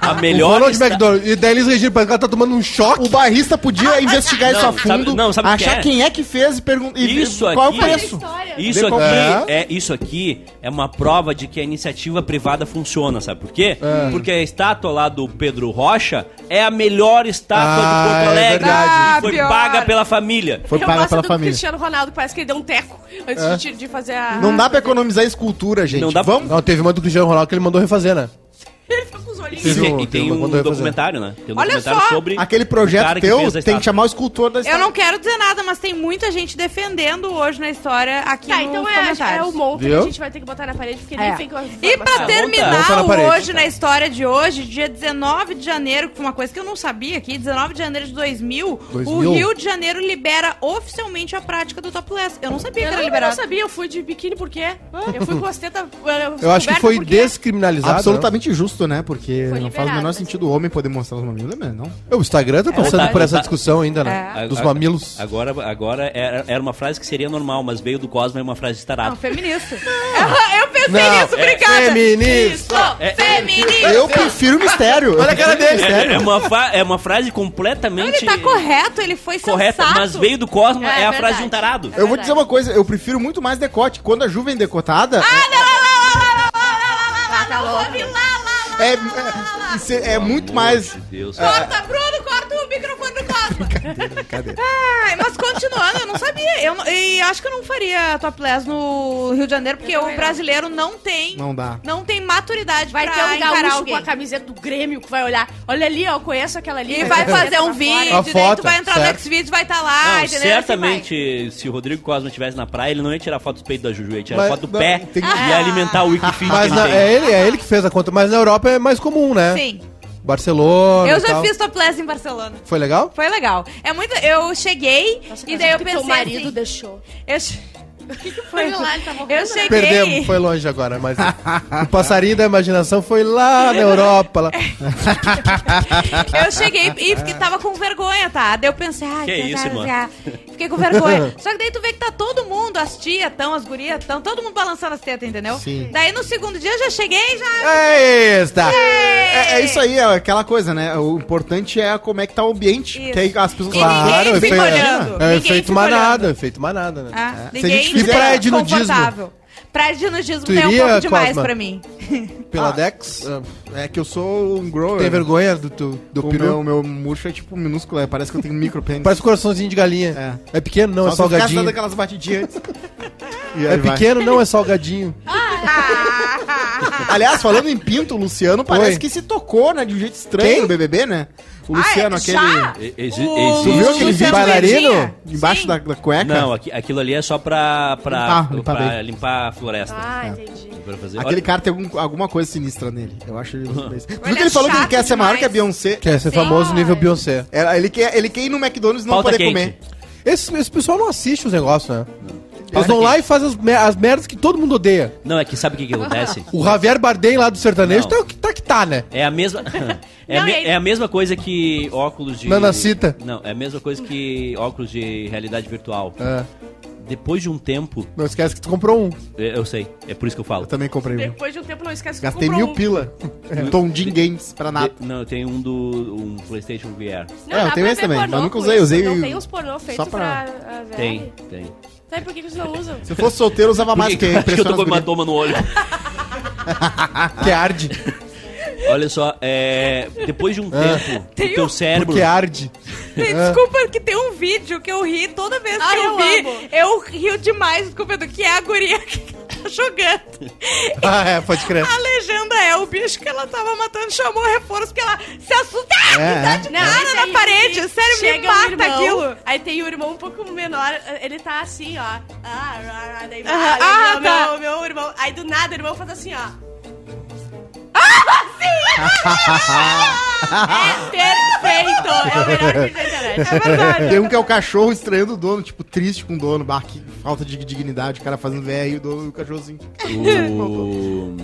A (laughs) o melhor. Ronald esta- McDonald. E daí eles regiram, parece que ela tá tomando um choque. O barrista podia investigar isso Ah, Não, a fundo, sabe- não, sabe o que achar é? quem é que fez e perguntar Isso qual aqui- é o preço. Isso Vê aqui, qual é. é, isso aqui é uma prova de que a iniciativa privada funciona, sabe por quê? É. Porque a estátua lá do Pedro Rocha é a melhor estátua Ah, de Porto é Alegre. verdade. Ah, e foi pior. paga pela família. Foi eu paga gosto pela do família. Cristiano Ronaldo, parece que ele deu um teco antes É. de tiro de fazer a. Não dá pra economizar escultura, gente. Não dá pra- Vamos? Não, teve uma do Cristiano Ronaldo que ele mandou refazer, né? Ele ficou com os olhinhos. E Teve tem, um- e tem teve uma- um quando eu ia fazer. documentário, né? Tem um Olha documentário só, sobre. Aquele o cara projeto que teu fez a tem que estátua. chamar o escultor da Eu estátua. não quero dizer nada, mas tem muita gente defendendo hoje na história aqui Tá, nos então é, comentários. é o monte que Viu? a gente vai ter que botar na parede, porque um É. nem tem como. E pra Tá bom, tá. terminar Vamos pra o parede, hoje na história de hoje, dia 19 de janeiro, com uma coisa que eu não sabia aqui, 19 de janeiro de 2000, 2000? o Rio de Janeiro libera oficialmente a prática do topless. Eu não sabia Eu que era não, eu não liberado. Ah. sabia, eu fui de biquíni por quê? Eu fui com as tetas. Eu acho que foi desse. descriminalizado. Absolutamente justo, né? Porque Foi não faz o liberado, menor mas- sentido o homem poder mostrar os mamilos, né? Não. né? O Instagram É tá passando tá- por essa tá- discussão ainda, né? A- Dos a- mamilos. Agora, agora era, era uma frase que seria normal, mas veio do Cosmo e é uma frase Não, estarada. feminista. eu pensei Não, nisso, é obrigada. feminista. Isso, É- feminista. Eu prefiro mistério. Olha a cara dele. É, é uma fa- é uma frase completamente Ele tá correto, ele foi correta, sensato. mas veio do Cosmo, É, é, a frase verdade. de um tarado. Eu vou dizer uma coisa, eu prefiro muito mais decote. Quando a Ju vem decotada, Ah, tá louco. é, é- isso é- é muito mais. Meu É. Deus. Corta, Bruno, corta o microfone do Cosmo. Cadê? Ai, mas continuando, eu não sabia. Eu não- e acho que eu não faria topless no Rio de Janeiro, porque o brasileiro não tem. Não dá. não tem maturidade Vai pra ter um encarar gaúcho alguém. com a camiseta do Grêmio que vai olhar. Olha ali, ó, eu conheço aquela ali. né?" E vai fazer um vídeo, Uma daí tu foto, vai entrar certo. no Xvideos e vai estar tá lá, Não, entendeu? Assim certamente, se o Rodrigo Cosmo estivesse na praia, ele não ia tirar foto do peito da Juju, ia tirar Mas- foto do não, pé tem- e ia alimentar o Wikifeed que Mas ele na- tem. é, ele, é ele que fez a conta. Mas na Europa é mais comum, né? vai. Sim. Barcelona. Eu e já tal. fiz topless em Barcelona. Foi legal? Foi legal. É muito. Eu cheguei e daí eu pensei. Teu marido assim, deixou. eu che- Foi lá, ele tava né? Eu eu sei. cheguei. Perdemos, foi longe agora, mas (laughs) o passarinho da imaginação foi lá na Europa. Lá. Eu cheguei e fiquei, tava com vergonha, tá? Daí eu pensei, ai, Que isso, irmã? já. Fiquei com vergonha. (laughs) Só que daí tu vê que tá todo mundo, as tias tão, as gurias tão, todo mundo balançando as tetas, entendeu? Sim. Daí no segundo dia eu já cheguei e já. É está. É, é isso aí, é aquela coisa, né? O importante é como é que tá o ambiente. Isso. Que aí as pessoas E falam, ninguém "Claro, o eu fica sei, é- olhando. É o Ninguém efeito fica manada, o efeito manada, né? Ah, É. Se a gente ninguém fizer fica praia de nudismo. confortável. Praia de nudismo Tu é um iria, pouco demais Cosma? pra mim. Pela Ah. Dex, É que eu sou um grower. tem vergonha do, do, do o peru? meu, meu murcho é tipo minúsculo, é, parece que eu tenho um micro pênis. Parece um coraçãozinho de galinha. É, pequeno, não, é se eu ficasse dando salgadinho. aquelas batidinhas antes. E É aí vai. pequeno, não, é (laughs) salgadinho. Aliás, falando em pinto, o Luciano parece Oi. que se tocou, né? De um jeito estranho Quem? no BBB, né? O Luciano, Ah, é, aquele. já? E- exi- O- existe- Tu né, viu aquele vídeo Luciano bailarino? Medinha? Embaixo Sim. da, da cueca? Não, aqui- aquilo ali é só pra, Ah, pra, Limpar, tá pra limpar limpar, bem. a floresta. Tá. Ah, É. entendi. Hum. Pra fazer- Aquele Olha- cara tem algum- alguma coisa sinistra nele. Eu acho (laughs) ele. Viu que Ele é ele falou que ele chato quer ser maior demais. que a Beyoncé? Quer é ser Sim. famoso nível Beyoncé. Ela- Ele quer, ele quer ir no McDonald's e não Pauta poder quente. comer. Esse, esse pessoal não assiste os negócios, né? Eles Para vão quê? lá e fazem as, mer- as merdas que todo mundo odeia. Não, é que sabe o que, que (laughs) acontece? O Javier Bardem lá do sertanejo Não. tá, o que- tá que tá, né? É a mesma. (laughs) é, a Não, me- e aí- é a mesma coisa que óculos de. Nanacita. Não, é a mesma coisa que óculos de realidade virtual. É. Depois de um tempo. Não esquece que tu comprou um. é, Eu sei, é por isso que eu falo. Eu também comprei um. Depois de um tempo, não esquece que Gastei comprou mil um. pila. (laughs) Tondin Games, pra nada. De- Não, eu tenho um do. um PlayStation VR. Não, É, eu dá tenho pra esse ver também, pornô mas nunca com usei, isso. usei Não o- tem os pornô feitos só pra- pra... a velha? Tem, tem. Sabe por que que eles não usam? Se eu fosse solteiro, eu usava Tá mais, (laughs) Por que- porque acho que eu impressiona tô com as uma toma gurias. no (laughs) olho. Que arde. Olha só, é, depois de um tempo, o teu cérebro. Porque arde. Tem, Desculpa que tem um vídeo que eu ri toda vez que Ai, eu, Ah, eu vi. amo. Eu rio demais, desculpa, do que é a guria (laughs) que tá jogando. Ah, é, pode crer. A legenda é o bicho que ela tava matando, chamou reforço, que ela se assusta ah, É, me dá de Não, cara mas na aí parede. Sério, me chega mata um irmão, aquilo. Aí tem o irmão um pouco menor, ele tá assim, ó. Ah, ah, ah, daí, Ah, ah, daí ah, meu, tá. meu, meu irmão. Aí do nada o irmão faz assim, ó. Ah, sim! (laughs) é perfeito! É o melhor vídeo da (laughs) internet. É verdade. Tem um que é o cachorro estranhando o dono, tipo, triste com o dono. Bah, que falta de dignidade, o cara fazendo velho e o dono e o cachorrozinho. O...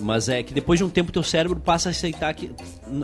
Mas é que depois de um tempo teu cérebro passa a aceitar que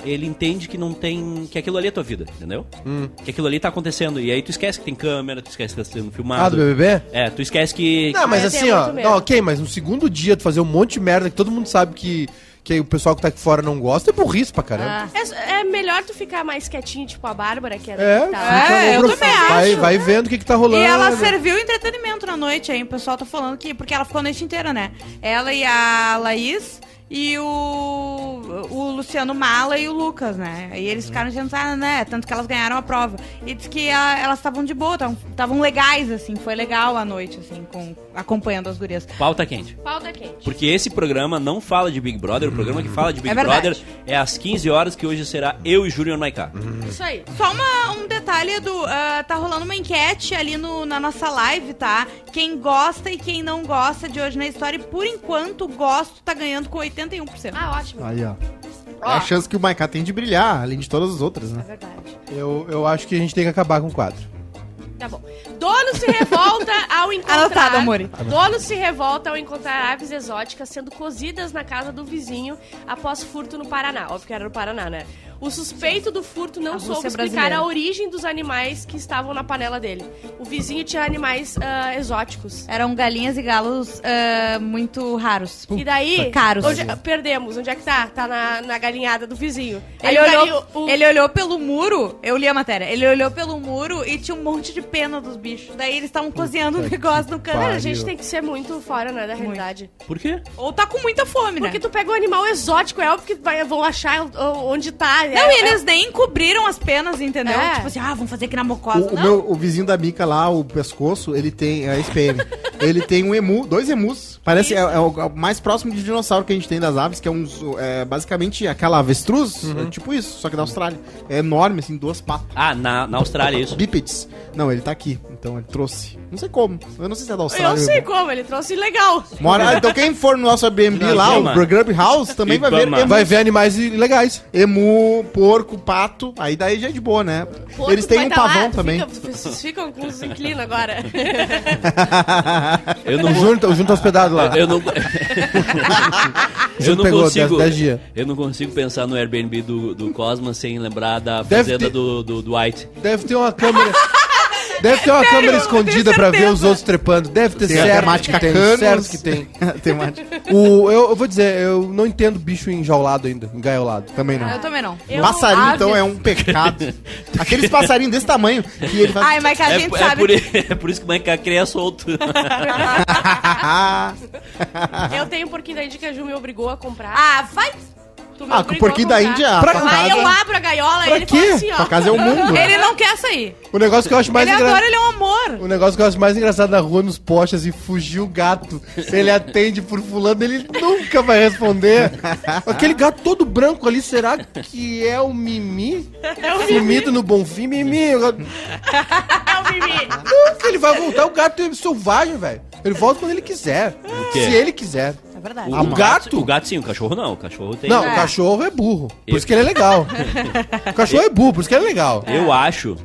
ele entende que não tem que aquilo ali é tua vida, entendeu? Hum. Que aquilo ali tá acontecendo e aí tu esquece que tem câmera, tu esquece que tá sendo filmado. Ah, do BBB? É, tu esquece que Não, mas eu assim, tenho ó. muito medo. Não, ok, mas no segundo dia tu fazer um monte de merda que todo mundo sabe que, que o pessoal que tá aqui fora não gosta é burrice pra caramba. Ah. É, é melhor tu ficar mais quietinho, tipo a Bárbara, que era É, que tá. fica É, no eu prof- também vai, acho. Vai vendo o que, que tá E rolando. ela serviu entretenimento na noite, hein? O pessoal tá falando que. Porque ela ficou a noite inteira, né? Ela e a Laís e o. O Luciano Mala e o Lucas, né? E eles ficaram dizendo, ah, né? Tanto que elas ganharam a prova. E diz que a- elas estavam de boa, estavam legais, assim. Foi legal a noite, assim, com, acompanhando as gurias. pauta tá quente. Pauta quente. Porque esse programa não fala de Big Brother, o programa que fala de Big É verdade. Brother é às 15 horas que hoje será eu e Júnior Maiká. Uhum. Isso aí. Só uma- um detalhe, Edu. ah, tá rolando uma enquete ali no- na nossa live, tá? Quem gosta e quem não gosta de hoje na história. E por enquanto, o gosto tá ganhando com 81%. Ah, ótimo. (laughs) Aí, ó. Ó. É a chance que o Maiká tem de brilhar, além de todas as outras, É né? verdade. Eu, eu acho que a gente tem que acabar com o quadro. Tá bom. Dono se (laughs) revolta ao encontrar... Anotado, amore. Dono se revolta ao encontrar aves exóticas sendo cozidas na casa do vizinho após furto no Paraná. Óbvio que era no Paraná, né? O suspeito do furto A não Rússia é soube explicar brasileira. a origem dos animais que estavam na panela dele. O vizinho tinha animais ah, exóticos. Eram galinhas e galos ah, muito raros. E daí, Puta, caros. onde- perdemos. Onde é que tá? Tá na, na galinhada do vizinho. Ele Aí olhou, o- o- ele olhou pelo muro, eu li a matéria, ele olhou pelo muro e tinha um monte de pena dos bichos. Daí eles estavam cozinhando um que negócio no Cara, canto. a gente Pariu. tem que ser muito fora, né, da realidade. Por quê? Ou tá com muita fome, né? Porque tu pega um animal exótico, é óbvio que vai, vão achar o- o- onde tá. Não, é, e eles nem encobriram as penas, entendeu? É. Tipo assim, ah, vamos fazer aqui na O, mocosa. o Não, meu, o vizinho da Mica lá, o pescoço, ele tem. (laughs) É SPM. ele tem um emu, dois emus. Parece é, é o é o mais próximo de dinossauro que a gente tem das aves, que é uns. É, basicamente aquela avestruz, Uhum. é tipo isso, só que da Austrália. É enorme, assim, duas patas. Ah, na, na Austrália isso. Bípedes. Não, ele tá aqui. Então ele trouxe. Não sei como. Eu não sei se é da Eu Austrália. não o sei emu. como, é. ele trouxe legal. Mora, então quem for no nosso Airbnb Não, lá, Ibama. o Grub House, também vai ver Ibama. emu, Vai ver animais ilegais. emu, porco, pato. Aí daí já é de boa, né? Porco Eles têm vai um tá lá, pavão tu também. fica- vocês ficam com os inclinos agora. (laughs) Eu O não Júnior tá- o Júnior tá hospedado lá. Eu (laughs) não, eu Júnior não pegou consigo. 10 dias. Eu não consigo pensar no Airbnb do, do Cosma sem lembrar da Deve fazenda ter- do, do, do White. Deve ter uma câmera. Deve ter uma câmera escondida pra ver os outros trepando. Deve ter Tem a certo temática que tem. canos. Certo que (laughs) tem. Temática. O, eu, eu vou dizer, eu não entendo bicho enjaulado ainda, engaiolado. Também não. eu também não. Eu- passarinho, aves. então, é um pecado. Aqueles passarinhos desse tamanho que ele faz. Ai, mas que a É, gente po- é sabe. por, i- (laughs) é por isso que o Maiká cria (laughs) solto. Ah, então. eu tenho um porquinho da Índia que a Ju me obrigou a comprar. Ah, vai! Tu me ah, com o obrigou porquinho a da comprar. Índia. Pra tua lá Aí casa, eu abro a gaiola e Pra ele quê? fala assim, ó. tua casa é o mundo. né? Ele não quer sair. O negócio que eu acho mais Ele engraçado. agora ele é um amor. O negócio que eu acho mais engraçado na rua, nos postes, assim, fugiu o gato. Se ele atende por fulano, ele nunca vai responder. Aquele gato todo branco ali, será que é o Mimi? É o Mimi, Sumido no Bonfim, Mimi. o gato- é o Mimi. Nunca ele vai voltar, o gato é selvagem, velho. Ele volta quando ele quiser. quê? Se ele quiser. É verdade. O, Ah, o gato? O gato sim, o cachorro não. O cachorro tem. Não, É. o cachorro é burro. Por Eu- isso que ele é legal. O cachorro é burro, por isso que ele é legal. Eu acho.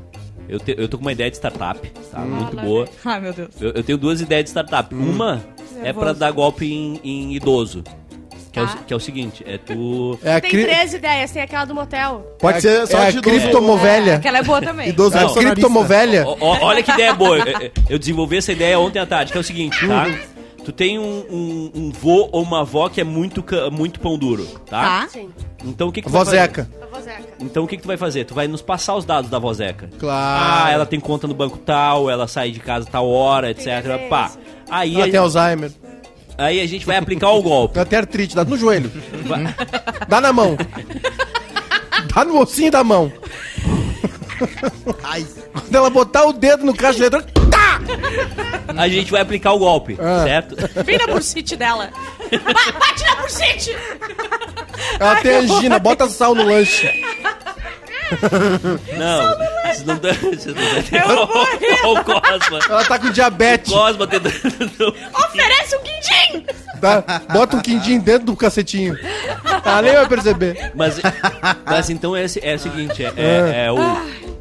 Eu, te- eu tô com uma ideia de startup, tá? Hum. Muito boa. Ai, meu Deus. Eu, eu tenho duas ideias de startup. Hum. Uma é pra dar golpe em, em idoso. Que, é o, Tá. que é o seguinte, é tu. É a Tem cri- 13 ideias, tem aquela do motel. Pode ser só é a de idoso. criptomovelha. Aquela é boa também. Idoso Não. A bolsonarista. criptomovelha. Ó, ó, olha que ideia boa. Eu, eu desenvolvi essa ideia ontem à tarde, que é o seguinte, tá? Tu tem um, um, um vô ou uma avó que é muito, ca- muito pão duro, tá? Tá. Sim. Então o que, que tu vai fazer? Vozeca. A vozeca. Então o que, que tu vai fazer? Tu vai nos passar os dados da vozeca. Claro. Ah, ela tem conta no banco tal, ela sai de casa tal hora, etc. referência. Pá. Aí Ela tem a, Alzheimer. aí a gente vai aplicar o golpe. Ela tem artrite. Dá no joelho. Dá na mão. Dá no ossinho da mão. Ai, Quando ela botar o dedo no caixa eletrônico. A gente vai aplicar o golpe, Ah. certo? Vem na bursite dela. (laughs) Ba- Bate na bursite! Ela tem angina. Bota sal no lanche. Não, vocês não dão. Vocês não dão. (laughs) Olha o Cosma. Ela tá com diabetes. Cosma tentando. Oferece um quindim! tá? Bota um quindim dentro do cacetinho. Ela nem vai perceber. Ah. Mas, mas então é, é o seguinte: é, é- é o.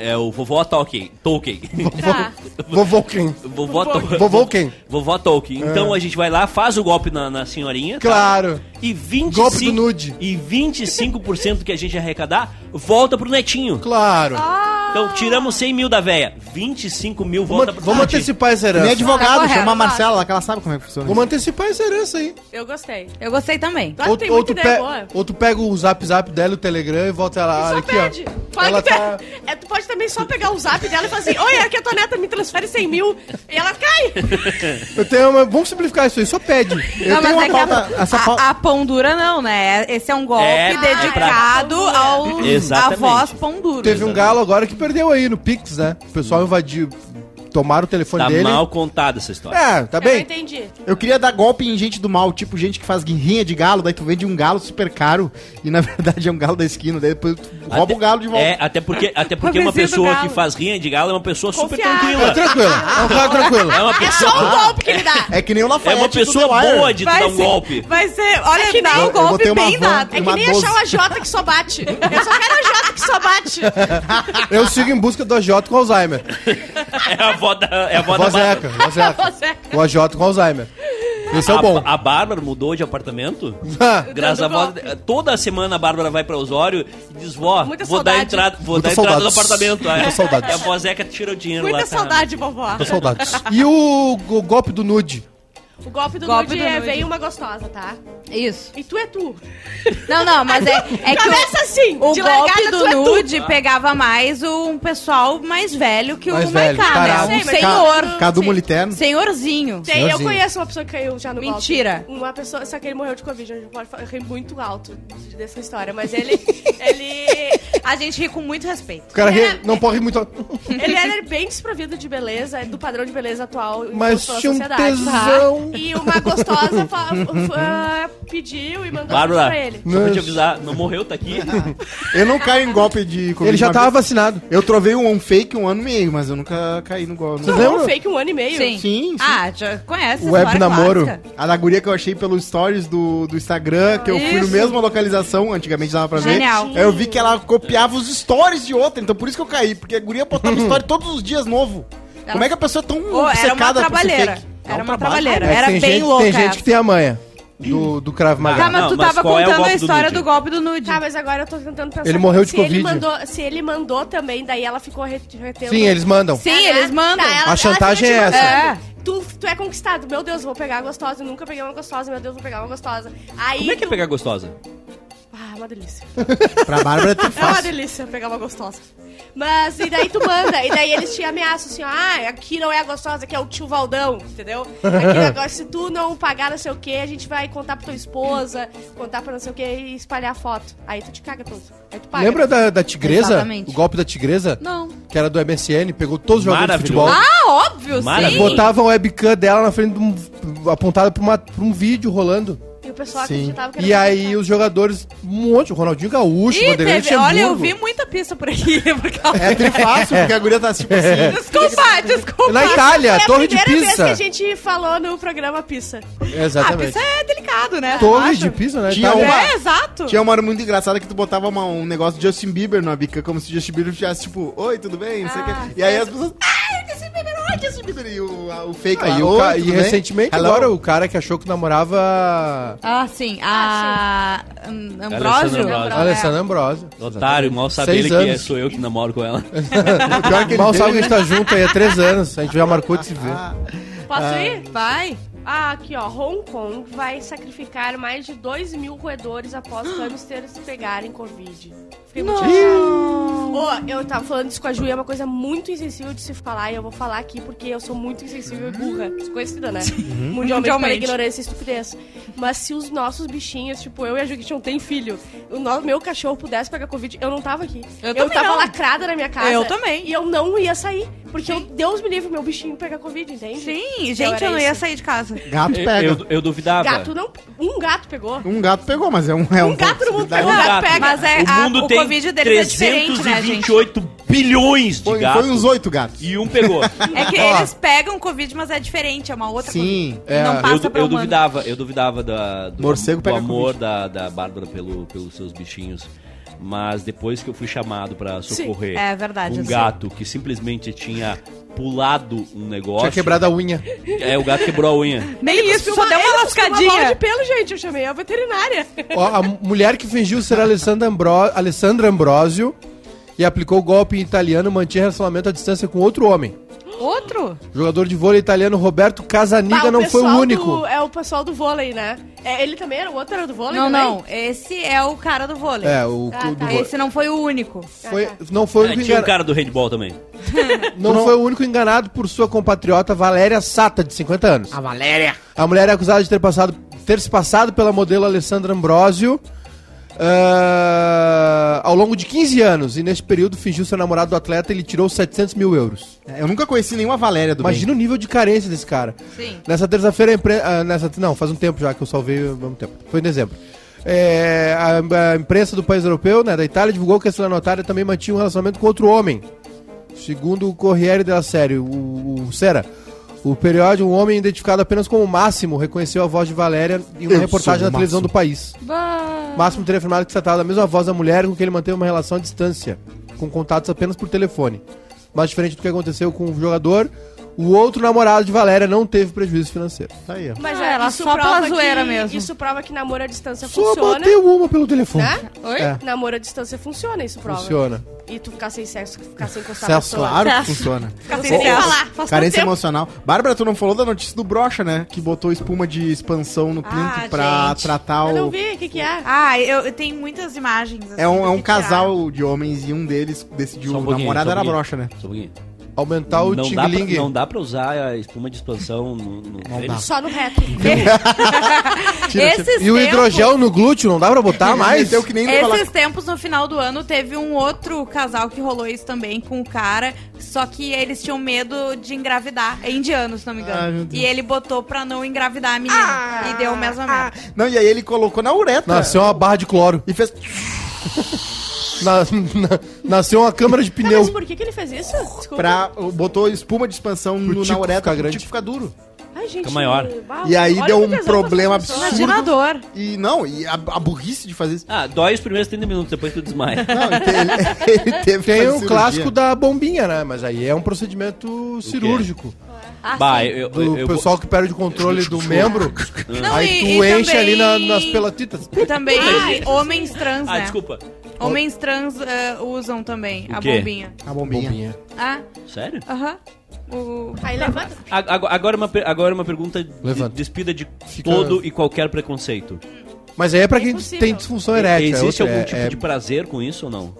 É o vovó Tolkien. (laughs) Tolkien. Tá. Vovô quem? vovó Tolkien. Vovô quem? Ah. Vovó Tolkien. Então a gente vai lá, faz o golpe na, na senhorinha. tá? Claro. E 25, Golpe do nude. E 25% que a gente arrecadar volta pro netinho. Claro. Ah. Então tiramos 100 mil da véia. 25 mil Vamos- volta pro vamos Tati. antecipar essa Minha herança. Tá advogada, correto, chama a tá. Marcela lá, que ela sabe como é que funciona. Vamos antecipar essa herança aí. Eu gostei. Eu gostei também. Claro que tem muita tu ideia pe- boa. ou tu pega o zap zap dela, o Telegram e volta lá. Só olha aqui, pede. ó. Fala ela que tá. tu, é, tu pode também só pegar o zap dela e falar assim: Oi, aqui a tua neta me transfere 100 mil. E ela cai. Eu tenho uma... Vamos simplificar isso aí, (laughs) só pede. Eu Não, tenho mas uma é que pauta- a, essa a- pauta- a pão dura não, né? Esse é um golpe É, é dedicado pra- ao Exatamente. avós pão dura. Teve um galo agora que perdeu aí no Pix, né? O pessoal invadiu, tomaram o telefone Tá dele. mal contada essa história. É, tá Eu não bem. entendi. Eu queria dar golpe em gente do mal, tipo gente que faz guirrinha de galo, daí tu vende um galo super caro e na (laughs) verdade é um galo da esquina, daí depois tu rouba Até- o galo de volta. É, até porque, até porque Pobrezinho uma do pessoa galo. que faz rinha de galo é uma pessoa super Confiável. tranquila. É tranquilo, é um cara tranquilo. É uma É Ah. só um pessoa, golpe que ele dá. É que nem o é Lafayette uma do pessoa The Wire. boa de dar um ser, golpe. (laughs) Vai ser, olha, É que dá nem- um eu vou ter golpe uma bem van. dado. É que Uma nem achar o 12. AJ que só bate. Eu só quero a AJ que só (laughs) bate. Eu sigo em busca do AJ com Alzheimer. É a avó da. É a avó da Bárbara. Vozeca, vozeca. Você- O AJ com Alzheimer. Esse é o A- bom. A, Bárbara mudou de apartamento? Graças a Dando voz. Toda semana a Bárbara vai pra Osório e diz: vó, Muita vou saudade. dar entrada, vou Muita dar entrada no saudades. apartamento. Muita É. saudades. E a vozeca tira o dinheiro lá. Muita tá? saudade, vovó. Tô (laughs) saudades. E o, o golpe do nude? O golpe do Golpe nude do é nude. veio uma gostosa, tá? Isso. E tu é tu. Não, não, mas é, é que o, Começa assim. o de largada, golpe tu é do tu. nude pegava mais um pessoal mais velho que Mais o velho, Maiká, tarado. né? Um Sei, mas- senhor. Cadu Sim. Moliterno. Senhorzinho. Tem, eu Senhorzinho. conheço uma pessoa que caiu já no golpe. Mentira. Uma pessoa, só que ele morreu de Covid, a gente pode falar, eu ri muito alto dessa história, mas ele, (laughs) ele, A gente ri com muito respeito. O cara ri- É. não pode rir muito. ele era bem desprovido de beleza, é do padrão de beleza atual em Mas relação à tinha um sociedade, tá? tesão. E uma gostosa fa- f- ah, pediu e mandou Bárbara, pra ele. só pra te avisar, não morreu, tá aqui. Eu não caio em golpe de Covid. Ele já Uma tava vez- vacinado. Eu trovei um, um fake um ano e meio, mas eu nunca caí no golpe. Tu Vocês Não. é um lembram? fake um ano e meio. Sim. Sim, sim. Ah, já conhece a Web história namoro. clássica. A da guria que eu achei pelos stories do, do Instagram, que eu fui na Isso. mesma localização, antigamente dava pra ver. Genial. Aí Eu vi que ela copiava os stories de outra, então por isso que eu caí, porque a (laughs) guria botava story todos os dias novo. Como é que a pessoa é tão Ô, era uma obcecada por ser trabalheira. fake? É Era um uma trabalho. trabalheira. É que Era tem bem gente, louca. Tem gente que tem a manha do, do Krav Maga. Tá, Ah, mas não, tu mas tava qual é o contando golpe a do história nude? do golpe do nude. Tá, mas agora eu tô tentando pensar. Ele morreu de se Covid. Ele mandou, se ele mandou também, daí ela ficou re- retendo. Sim, eles mandam. Sim, eles mandam. A chantagem fica é te essa. mandando. Tu, tu é conquistado. Meu Deus, vou pegar a gostosa. Eu nunca peguei uma gostosa. Meu Deus, vou pegar uma gostosa. Aí Como é que é tu- pegar gostosa? Ah, uma delícia. Pra Bárbara é tão É uma fácil. delícia pegar uma gostosa. Mas, e daí tu manda, e daí eles te ameaçam assim, ó, ah, aqui não é a gostosa, aqui é o tio Valdão, entendeu? (laughs) Aqui agora, se tu não pagar não sei o que, a gente vai contar pra tua esposa, contar pra não sei o que e espalhar foto. Aí tu te caga todo. Aí tu paga. Lembra da, da tigresa? Exatamente. O golpe da tigresa? Não. Que era do MSN, pegou todos os jogadores de futebol. Maravilhoso. Ah, óbvio, Eles Maravilha. sim. botavam a webcam dela na frente de um, apontada pra, uma- pra um vídeo rolando. E o pessoal Sim. acreditava que era E aí gostosa. os jogadores, um monte, o Ronaldinho um Gaúcho, Ih, Vanderlei teve, olha, eu Luxemburgo. vi muita pista por aqui. (laughs) Por causa... É tri fácil, porque a guria tá tipo (laughs) assim. Desculpa, desculpa. É Na Itália, Foi É a Torre de primeira vez que Pisa. a gente falou no programa Pisa. Ah, Exatamente. pista é delicado, né? Torre Relaxa. de Pisa, né? Tinha Tá uma- É, exato. Tinha uma hora muito engraçada que tu botava uma- um negócio de Justin Bieber na bica, como se Justin Bieber tivesse tipo, oi, tudo bem? Não sei o quê. Ah, E aí as pessoas, ai, Justin Bieber, oi, Justin Bieber. E o, a- o fake Ah, lá, e, o "Oi, ca- tudo e bem?" recentemente, Hello. agora, o cara que achou que namorava Ah, sim. A Am- Ambrósio? Alessandra Ambrósio. a Alessandra Ambrosio. Otário, mal saber ele Seis que é, (laughs) anos. sou eu que namoro com ela. Pior que ele Mal deu, sabe que a né? gente tá junto aí há três anos. A gente já marcou de se ver. Posso ir? Vai. Ah, aqui ó, Hong Kong vai sacrificar mais de 2 mil roedores após (gasps) hamsters pegarem Covid. Fiquei muito chateada. Ô, eu tava falando isso com a Ju, e é uma coisa muito insensível de se falar, e eu vou falar aqui porque eu sou muito insensível e burra, desconhecida, né? Mundialmente, pela Uhum. Mundialmente. ignorância e estupidez. Mas se os nossos bichinhos, tipo eu e a Ju, que a gente não tem filho, o no- meu cachorro pudesse pegar Covid, eu não tava aqui. Eu também tava não. lacrada na minha casa. Eu também. E eu não ia sair, porque eu, Deus me livre meu bichinho pegar Covid, entende? Sim, Então gente, era eu não ia isso. sair de casa. Gato Eu, pega. eu- eu duvidava. Gato não. Um gato pegou. Um gato pegou, mas é um. É Um gato no mundo possibilidade. pegou. Um gato. pega. Mas é, o a- mundo o tem Covid dele é diferente, né, gente? 328 bilhões de Foi, gatos. foi uns oito gatos. E um pegou. (laughs) É que Ó. eles pegam Covid, mas é diferente, é uma outra Sim, Covid. é. não eu, passa du- pra eu humano. duvidava, eu duvidava da, do, Morcego do pega amor da, da Bárbara pelo, pelos seus bichinhos. Mas depois que eu fui chamado pra socorrer é verdade, um eu sei. gato que simplesmente tinha pulado um negócio. Tinha quebrado a unha. É, o gato quebrou a unha. Nem isso, só deu uma Uma bola de lascadinha. pelo, gente, eu chamei a veterinária. Ó, a mulher que fingiu ser Alessandra, Ambro... Alessandra Ambrosio e aplicou o golpe em italiano, mantinha relacionamento à distância com outro homem. Outro? O jogador de vôlei italiano Roberto Casaniga Bah, não foi o Ah, pessoal único. do- é o pessoal do vôlei, né? É, ele também era, o outro era do vôlei Não, também? não. Esse é o cara do vôlei. É, o Ah, do tá. vôlei. Esse não foi o único. Foi, não foi o É, único (laughs) tinha um enganado. cara do handball também. Não foi o único enganado por sua compatriota Valéria Sata, de 50 anos. A Valéria! A mulher é acusada de ter, passado, ter se passado pela modelo Alessandra Ambrosio ah, ao longo de 15 anos. E neste período fingiu ser namorado do atleta e ele tirou 700 mil euros. é, Eu nunca conheci nenhuma Valéria do Imagina o nível de carência desse cara. Sim. Nessa terça-feira, a imprensa. nessa, não, faz um tempo já que eu salvei há um tempo. Foi em dezembro. É, a, a imprensa do país europeu, né, da Itália, divulgou que essa notária também mantinha um relacionamento com outro homem. Segundo o Corriere della Série, o, o Sera. O periódico, um homem identificado apenas como Máximo, reconheceu a voz de Valéria em uma Eu reportagem sou o na televisão Máximo. do país. Máximo teria afirmado que se tratava da mesma voz da mulher com quem ele manteve uma relação à distância, com contatos apenas por telefone. Mas diferente do que aconteceu com o jogador, o outro namorado de Valéria não teve prejuízo financeiro. Tá aí, ó. Mas Ah, é, ela isso só prova pela zoeira que, mesmo. Isso prova que namoro à distância Só Então funciona. bateu uma pelo telefone. Né? Oi? É. Namoro à distância funciona, isso prova. Funciona. E tu ficar sem sexo, ficar sem encostar Acesso, claro que Acesso. funciona. Ficar Ô, sem ô, falar. Faz tanto Carência tempo. emocional. Bárbara, tu não falou da notícia do Brocha, né? Que botou espuma de expansão no plinto Ah, pra gente. tratar o. Eu não vi, o que que é? Ah, eu, eu tenho muitas imagens. assim, É um, é um do que tiraram. (laughs) casal de homens e um deles decidiu. Só um o pouquinho, namorado só um era pouquinho, brocha, né? Só um pouquinho. Aumentar Tá o não, dá pra, tingling. não dá pra usar a espuma de expansão no, no tênis. Só no reto. Esses E o tempos- hidrogel no glúteo, não dá (laughs) pra botar Tá mais? Meteu que nem falar- Esses tempos, no final do ano, teve um outro casal que rolou isso também com o cara, só que eles tinham medo de engravidar. É indiano, se não me Ai, meu engano. Deus. e ele botou pra não engravidar a menina. e deu o mesmo merda. Não, e aí ele colocou na uretra. Nasceu uma barra de cloro. E fez. Na- na- nasceu uma câmara de Tá, mas pneu. por que que ele fez isso? Desculpa. Pra, botou espuma de expansão no, na tico uretra ficar pro grande. tico ficar duro. Ai, gente. Fica maior. uau, E aí olha deu o um tesão que problema as pessoas- absurdo. Imagina a dor. E não, e a, a burrice de fazer isso. Ah, dói os primeiros 30 minutos, depois tu (laughs) desmaia. (laughs) Não, ele, ele teve que Tem fazer o cirurgia. clássico da bombinha, né? Mas aí é um procedimento cirúrgico. Ah, bah, eu, Do eu- eu- pessoal que perde o controle do (laughs) membro. Não, aí e- tu e enche ali na- nas pelotitas. E também (laughs) Ai, homens trans, Ah, né? desculpa. Homens trans eh, usam também O a quê? bombinha. A bombinha. Ah, Sério? aham. O- Aí levanta. A- ago- Agora uma, per- agora uma pergunta de- Levanta. despida de Fica- todo e qualquer preconceito. Mas aí é pra quem Impossível. tem disfunção erétil. é Existe outra- algum é- tipo é- de prazer com isso ou não?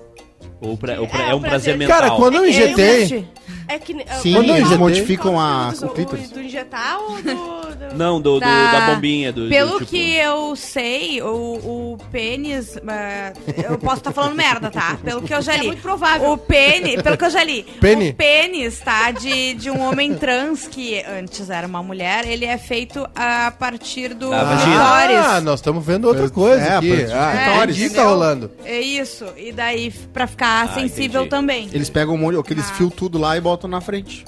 Ou pra- ou pra- É, é, o um prazer, prazer de- mental? Cara, quando eu É, eu injetei. É que. Sim, Quando eu eles injetei- modificam a, do, o clítoris. do injetar ou do. do- Não, do, do- da... Da- bombinha, do, do Pelo tipo- que eu sei, o, o pênis. ah, eu posso estar falando merda, tá? Pelo que eu já li. É muito provável. O pênis. Pelo que eu já li. Pene? O pênis, tá? De, de um homem trans que antes era uma mulher, ele é feito a partir do Da vagina. Ah, clitóris. nós estamos vendo outra Pois- coisa é, aqui. pois- Ah, É, entendi o que tá entendeu? rolando. É isso. E daí, f- pra ficar Ah, sensível entendi. também. Eles pegam um monte, aqueles fios tudo lá e botam na frente.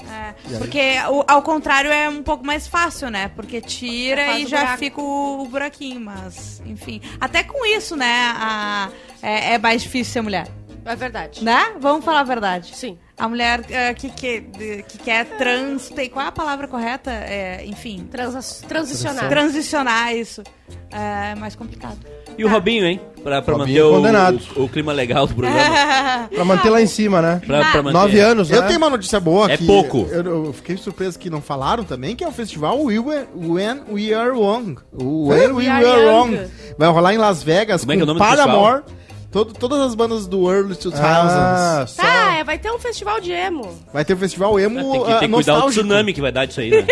É, porque o- ao contrário é um pouco mais fácil, né? Porque Já tira faz e o já É um buraco. fica o, o buraquinho, mas enfim. Até com isso, né? a- é, é mais difícil ser mulher, É verdade. né? Vamos falar a verdade. Sim. A mulher é, que, que, de- que quer trans. Tem, qual é a palavra correta? É, enfim. Transa- transicionar. Transicionar isso. É mais complicado. E o Robinho, hein? Pra, pra manter Robinho o, condenado. o- o clima legal do (laughs) programa. Pra manter lá em cima, né? Pra, pra manter. Nove anos, né? Eu tenho uma notícia boa É que pouco. Eu, eu fiquei surpreso que não falaram também, que é o festival We Were- When We Are Wrong. O When We, We Were Are Young. Wrong. Vai rolar em Las Vegas Como é que é o nome do Paramore. Todo- todas as bandas do Early 2000s. Ah, só- Tá, é, vai ter um festival de emo. Vai ter o festival emo Tem uh, que, ah, tem que cuidar do nostálgico. tsunami que vai dar disso aí, (laughs) né?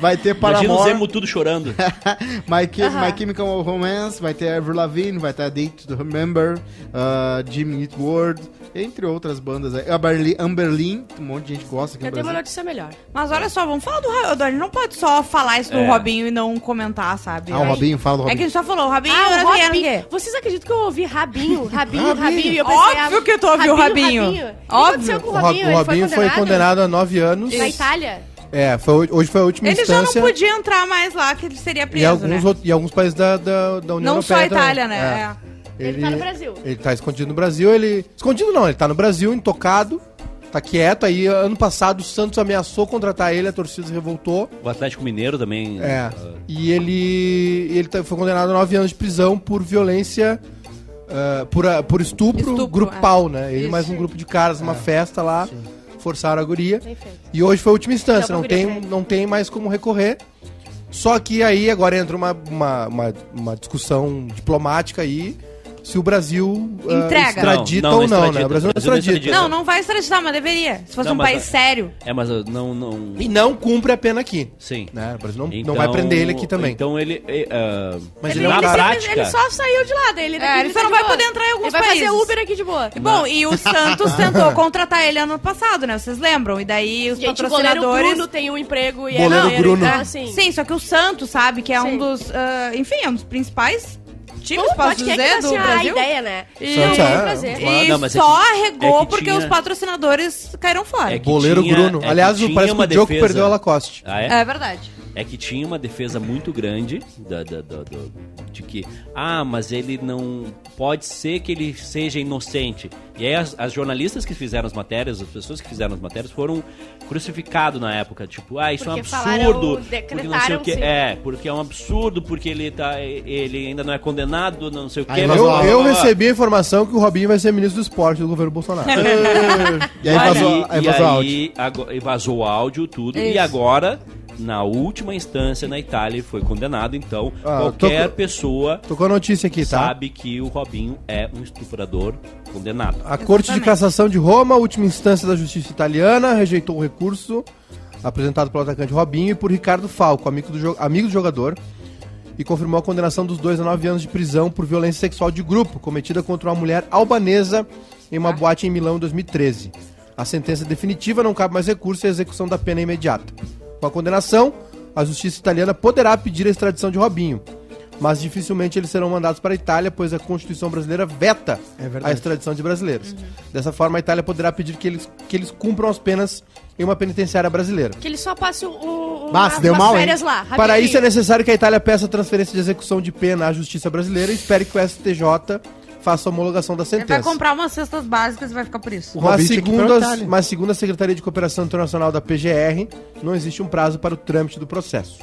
Vai ter Imagina o Zemo Paramore, tudo chorando. My, Chem- Aham. My Chemical Romance, vai ter Avril Lavigne, vai ter A Day to Remember, ah, Jimmy Eat World, entre outras bandas. aí. Amberlin, Amberlin, um monte de gente gosta aqui Eu no tenho uma Brasil. notícia melhor. Mas olha só, vamos falar do Robinho. A gente não pode só falar isso do É. Robinho e não comentar, sabe? Ah, o Robinho, fala do É que a Robinho. gente só falou, o Robinho era Ah, o do Robinho. Yang. Vocês acreditam que eu ouvi Rabinho, Rabinho, Rabinho. Rabinho? e eu Óbvio ah, que tu ouviu Rabinho. O que Óbvio. aconteceu com O o Rob- Rabinho? o Robinho foi condenado a nove anos. Na Itália? É, foi- hoje foi a última Ele já não instância. podia entrar mais lá, que ele seria e preso, alguns, né? outros- e alguns países da, da, da União Não Europeia só a Itália, também. né? É. Ele tá no Brasil. Ele tá escondido no Brasil, ele. Escondido não, ele tá no Brasil, intocado, tá quieto. Aí ano passado o Santos ameaçou contratar ele, a torcida se revoltou. O Atlético Mineiro também. É. ah, E ele. ele tá- foi condenado a nove anos de prisão por violência. ah, por, a- por estupro, Estupro, é. grupal, né? Ele Isso. mais um grupo de caras numa festa lá, forçaram a guria. Bem feito. E hoje foi a última instância, Não, não, eu tem, procurei. não tem mais como recorrer. Só que aí agora entra uma, uma, uma, uma discussão diplomática aí se o Brasil ah, Entrega. extradita Não, não, ou não, né? extradita. O Brasil não O Brasil não extradita. extradita. É. Não, não vai extraditar, mas deveria. Se fosse Não, um mas- país sério. É, mas ah, não. não... E não cumpre a pena aqui. Sim. Né? O Brasil não, Então- não vai prender ele aqui também. Então ele. eh, ah, Mas Ele, ele é um na cara- prática. ele só saiu de lá dele. É, ele só não vai poder entrar em alguns Ele vai fazer países. Uber aqui de boa. E, Bom, e o Santos tentou contratar ele ano passado, né? Vocês lembram? E daí os Gente, o goleiro patrocinadores. Bruno tem um emprego e Goleiro é goleiro, Bruno. Então, É, assim, Sim, só que o Santos, sabe, que é um Sim. dos. ah, enfim, é um dos principais times, Como posso pode que é dizer, que tá, do assim, a Brasil. ideia, né? E, Santos vamos é- trazer. Claro. e Não, mas é só que- arregou é que porque tinha- os patrocinadores caíram fora. É que Boleiro tinha- Bruno. é que Aliás, tinha parece que uma o Diogo defesa. perdeu a Lacoste. Ah, é? É verdade. É que tinha uma defesa muito grande da, da- da- do- de que, ah, mas ele não. Pode ser que ele seja inocente. E aí, as, as jornalistas que fizeram as matérias, as pessoas que fizeram as matérias, foram crucificados na época. Tipo, ah, isso é um Porque falaram, absurdo. Porque não sei decretaram, o que. sim. É, porque é um absurdo, porque ele, tá, ele ainda não é condenado, não sei o que. Aí Eu, vazou a- eu recebi a informação que o Robinho vai ser ministro do esporte do governo Bolsonaro. E aí vazou, Aí- (laughs) aí e aí, vazou áudio. ago- e vazou o áudio, tudo. E Isso. agora, na última instância, na Itália, ele foi condenado. Então, Ah, qualquer tô co- pessoa Tocou a notícia aqui, tá? sabe que o Robinho é um estuprador condenado. A Corte de Exatamente. Cassação de Roma, última instância da justiça italiana, rejeitou o recurso apresentado pelo atacante Robinho e por Ricardo Falco, amigo do, jo- amigo do jogador, e confirmou a condenação dos dois a nove anos de prisão por violência sexual de grupo, cometida contra uma mulher albanesa em uma boate em Milão em 2013. A sentença definitiva não cabe mais recurso e a execução da pena é imediata. Com a condenação, a justiça italiana poderá pedir a extradição de Robinho. Mas dificilmente eles serão mandados para a Itália, pois a Constituição brasileira veta É verdade. a extradição de brasileiros. Dessa forma, a Itália poderá pedir que eles, que eles cumpram as penas em uma penitenciária brasileira. Que ele só passe um, um, Bah, se umas- deu umas mal, hein? férias lá. Para isso é rapidinho. necessário que a Itália peça transferência de execução de pena à justiça brasileira e espere que o STJ faça a homologação da Ele vai sentença. comprar umas cestas básicas e vai ficar por isso. O Mas Robinho tinha que ir pra segundo, as- Itália. mas segundo a Secretaria de Cooperação Internacional da PGR, não existe um prazo para o trâmite do processo.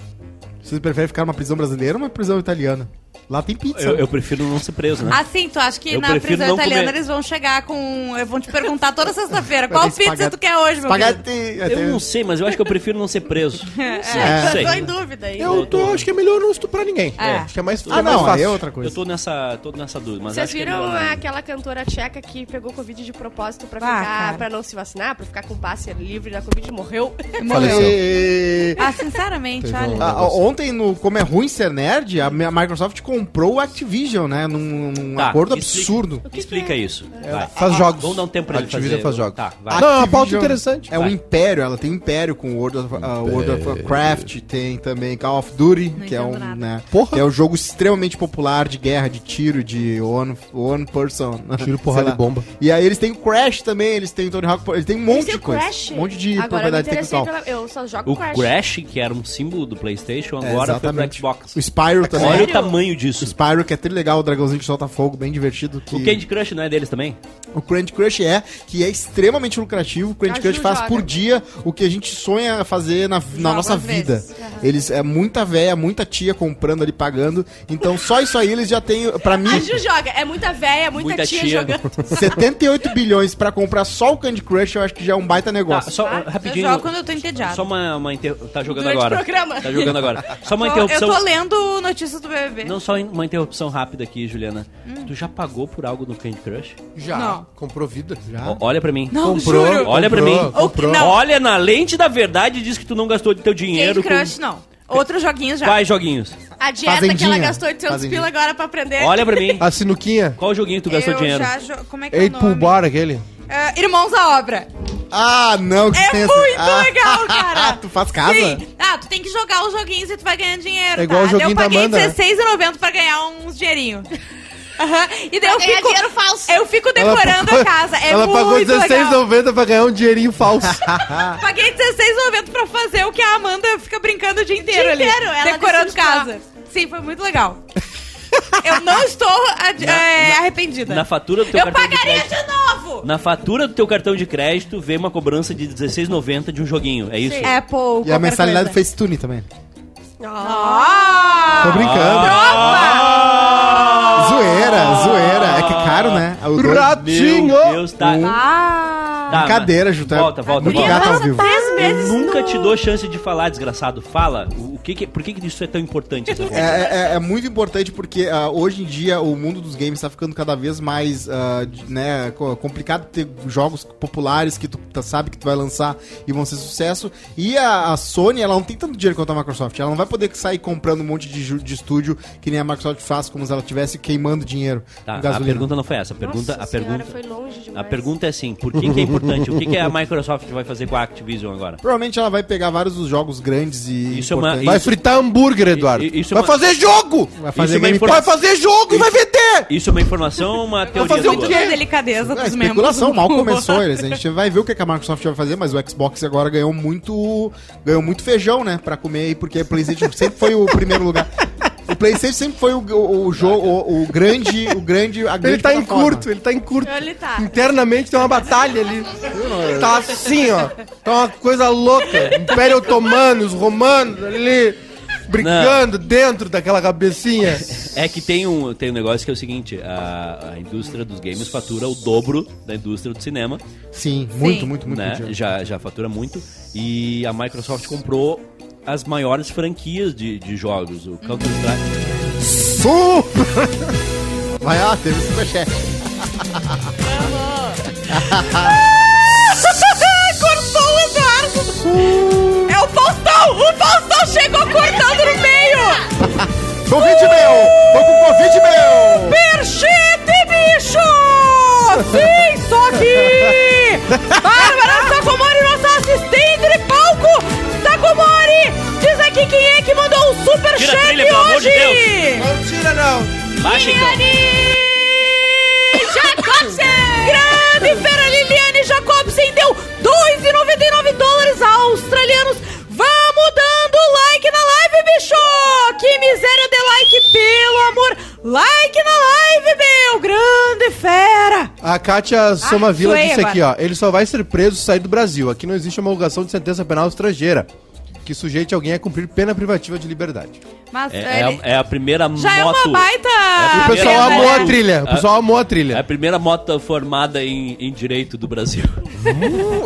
Vocês preferem ficar numa prisão brasileira ou uma prisão italiana? Lá tem pizza. Eu, eu prefiro não ser preso, Ah, né? Assim, tu acha que Eu na prefiro prisão não italiana comer. eles vão chegar com. um- Eu vão te perguntar toda sexta-feira qual Vai ter pizza espaguete- tu quer hoje, meu filho? Spaghetti. é, Eu um não sei, mas eu acho que eu prefiro não (laughs) ser preso. Não sei, não sei. É, Tô em dúvida aí. Eu, tô- eu acho que é melhor não estuprar ninguém. É. Acho que é mais, é Ah, mais não, aí é fácil. outra coisa. Eu tô nessa, tô nessa dúvida, mas Vocês acho que é viram melhor não. aquela cantora tcheca que pegou Covid de propósito pra, Ah, cara. ficar, pra não se vacinar, pra ficar com passe livre da Covid e morreu? Morreu. Faleceu. E- Ah, sinceramente, Teve olha. um- Ah, ontem, no Como é Ruim Ser Nerd, a minha- a Microsoft comprou o Activision, né? Num, num Tá, acordo explica- absurdo. Explica é? isso. Vai. É, Faz jogos. Vamos dar um tempo pra ele Activision fazer. faz jogos. Tá, vai. A- Não, é uma Activision pauta interessante. É um Vai. império, ela tem império com World of, ah, World of Warcraft, tem também Call of Duty, Não que é um, entendo nada. né, Porra. que é um jogo extremamente popular de guerra, de tiro, de one, one person. Tiro, sei porrada lá. e bomba. E aí eles têm o Crash também, eles têm o Tony Hawk, eles têm um monte Esse é de o coisa. Crash? Um monte de Agora eu me propriedade interessei intelectual. pela... Eu só jogo O Crash. Crash, que era um símbolo do PlayStation, É, agora foi pro exatamente. Xbox. O Spyro também. Olha o Sério? tamanho O disso. Spyro, que é até legal, o dragãozinho que solta fogo, bem divertido. Que... O Candy Crush não é deles também? O Candy Crush é, que é extremamente lucrativo. O Candy Caju Crush faz joga. por dia o que a gente sonha fazer na, na nossa às vida. vezes. Eles é muita véia, muita tia comprando ali, pagando. Então só isso aí eles já têm, pra mim, A Ju joga. É muita véia, muita, Muita tia, tia. (laughs) jogando. 78 bilhões pra comprar só o Candy Crush, eu acho que já é um baita Tá, negócio. só Ah, uh, Eu rapidinho. jogo quando eu tô entediado. Só uma, uma inter... Tá jogando Durante agora. o programa. Tá jogando agora. Só uma (laughs) Eu interrupção. tô lendo notícias do BBB. Não, só in- uma interrupção rápida aqui, Juliana. Hum. Tu já pagou por algo no Candy Crush? Já. Não. Comprou vida. Já. O- Olha pra mim. Não, Ah. Comprou, juro. Olha pra comprou, mim. comprou. O que- não. Olha na lente da verdade diz que tu não gastou de teu dinheiro Candy é Crush, não. Outros joguinhos com já. quais joguinhos? A dieta que Fazendinha. ela gastou 800 Fazendinha. pila agora pra aprender. Olha pra (laughs) mim. A sinuquinha. Qual joguinho tu gastou É. eu dinheiro? já jo- Como é que é o Eight Pool nome? Bar, aquele. É, Irmãos à Obra. Ah, não, que É tem Ah, muito (laughs) legal, cara. tu faz casa? Sim. Ah, tu tem que jogar os joguinhos e tu vai ganhando dinheiro, É igual tá? o joguinho eu da paguei Amanda, né? R$16,90 pra ganhar (laughs) uns dinheirinho. Aham. E daí eu ganhar fico, É dinheiro falso. eu fico decorando pagou- a casa. É ela muito pagou legal. R$16,90 pra ganhar um dinheirinho falso. (laughs) Paguei R$16,90 pra fazer o que a Amanda fica brincando o dia inteiro ali. inteiro, ela decorando decide pra- casa. Sim, foi muito legal. (laughs) Eu não estou ad- Na- é, na- arrependida. Na fatura do teu eu cartão de pagaria crédito. de novo! Na fatura do teu cartão de crédito vem uma cobrança de R$16,90 de um joguinho, é isso? É, pô, E a mensalidade do FaceTune também. Tô Ah! brincando. Ah! Zoeira, zoeira. É que é caro, né? O dois- Ratinho! É. Meu Deus, tá. Um- Ah! tá, Brincadeira, mas- Juta. Volta, volta, Muito volta. gato ao vivo. Três meses Eu nunca no- te dou chance de falar, desgraçado. Fala. O o que que- por que, que isso é (laughs) tão importante? Essa É, conversa? é- é- é muito importante porque ah, hoje em dia o mundo dos games tá ficando cada vez mais ah, de- né, co- complicado ter jogos populares que tu tá- sabe que tu vai lançar e vão ser sucesso. E a, a Sony, ela não tem tanto dinheiro quanto a Microsoft. Ela não vai poder sair comprando um monte de, ju- de estúdio que nem a Microsoft faz, como se ela estivesse queimando dinheiro Tá, com a gasolina. pergunta não foi essa. A pergunta, Nossa a senhora, pergunta, foi longe demais. a pergunta é assim: por que, que é importante? O que, que a Microsoft vai fazer com a Activision agora? Provavelmente ela vai pegar vários dos jogos grandes e Isso é uma- importantes. Vai Isso- fritar hambúrguer, Eduardo. I- isso é vai uma- fazer jogo! Vai Isso fazer é uma Game impor- Vai fazer jogo e vai vender! Isso é uma informação ou uma teoria? fazer o tua? quê? Muita delicadeza É, dos membros. especulação, mal começou eles. A gente vai ver o que que a Microsoft vai fazer, mas o Xbox agora ganhou muito, ganhou muito feijão, né, pra comer aí, porque o PlayStation sempre foi o primeiro lugar. O PlayStation sempre foi o, o, o jogo, o, o grande, o grande, a grande Ele tá em plataforma. curto, ele tá em curto. Então Ele tá. Internamente tem uma batalha ali. Tá assim, ó. Tá uma coisa louca. Império Otomano, os romanos ali, brigando dentro daquela cabecinha. É que tem um, tem um negócio que é o seguinte: a, a indústria dos games fatura o dobro da indústria do cinema, Sim, muito, Sim. muito, muito. né? dinheiro. Já, já fatura muito. E a Microsoft comprou as maiores franquias de, de jogos: o Counter-Strike. Uh, Super! Vai lá, teve superchat. (laughs) Cortou o Eduardo! É o Faustão! O Faustão chegou cortando no meio! Convite meu! Tô com convite meu! Perchete, bicho! Sim, só que... Bárbara Sacomori, nossa assistente de palco! Sacomori, diz aqui quem é que mandou o Tira a superchat trilha, pelo amor hoje! de Deus. Não tira, não. Baixa então. Liliane Jacobsen! Grande fera Liliane Jacobsen deu 2,99 dólares australianos. Vamos dando like na live, bicho! Que miséria de like, pelo amor! Like na live, meu! Grande fera! A Kátia Somavila sou eu disse aqui, ó. Ele só vai ser preso se sair do Brasil. Aqui não existe homologação de sentença penal estrangeira que sujeite alguém a cumprir pena privativa de liberdade. Mas É, é a, é a primeira moto. já é uma baita... É Ah, O A pessoal pena, amou né? a trilha. O pessoal amou a É a trilha. primeira moto formada em, em direito do Brasil. (laughs)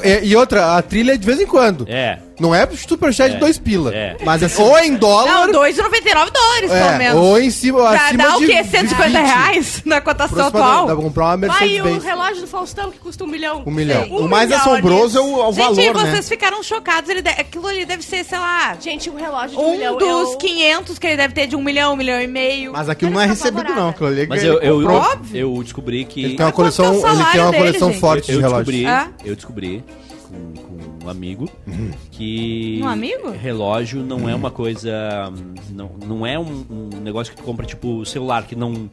E, e outra, a trilha é de vez em quando. É. Não é superchat de dois pila. É. Mas (laughs) assim, Ou em Não, dólar, 2,99 dólares, pelo é, menos. ou em cima, Pra acima dar o de quê? 150 20. reais na cotação Aproximadamente, atual? Dá pra comprar uma Vai, o Mercedes-Benz. relógio do Faustão que custa um milhão. Um milhão. Sim. o mais milhão, assombroso é o, o Gente, valor, né? vocês ficaram chocados. Ele de- Aquilo ali deve ser, sei lá, Alice. Gente, um relógio de um, um milhão. dos eu- 500 que ele deve ter de um milhão, um milhão e meio. Mas aquilo Cara, não é eu tô recebido, apavorada. não. Aquilo ali é Mas que eu, ele eu, comprou. eu, descobri que. um Ele tem uma Mas quanto é o coleção, ele tem salário uma dele, coleção gente? forte eu de relógios. descobri, Ah. eu descobri com, com um amigo Uhum. que Um amigo? relógio não é uma coisa não, não é um, um negócio que tu compra tipo celular que não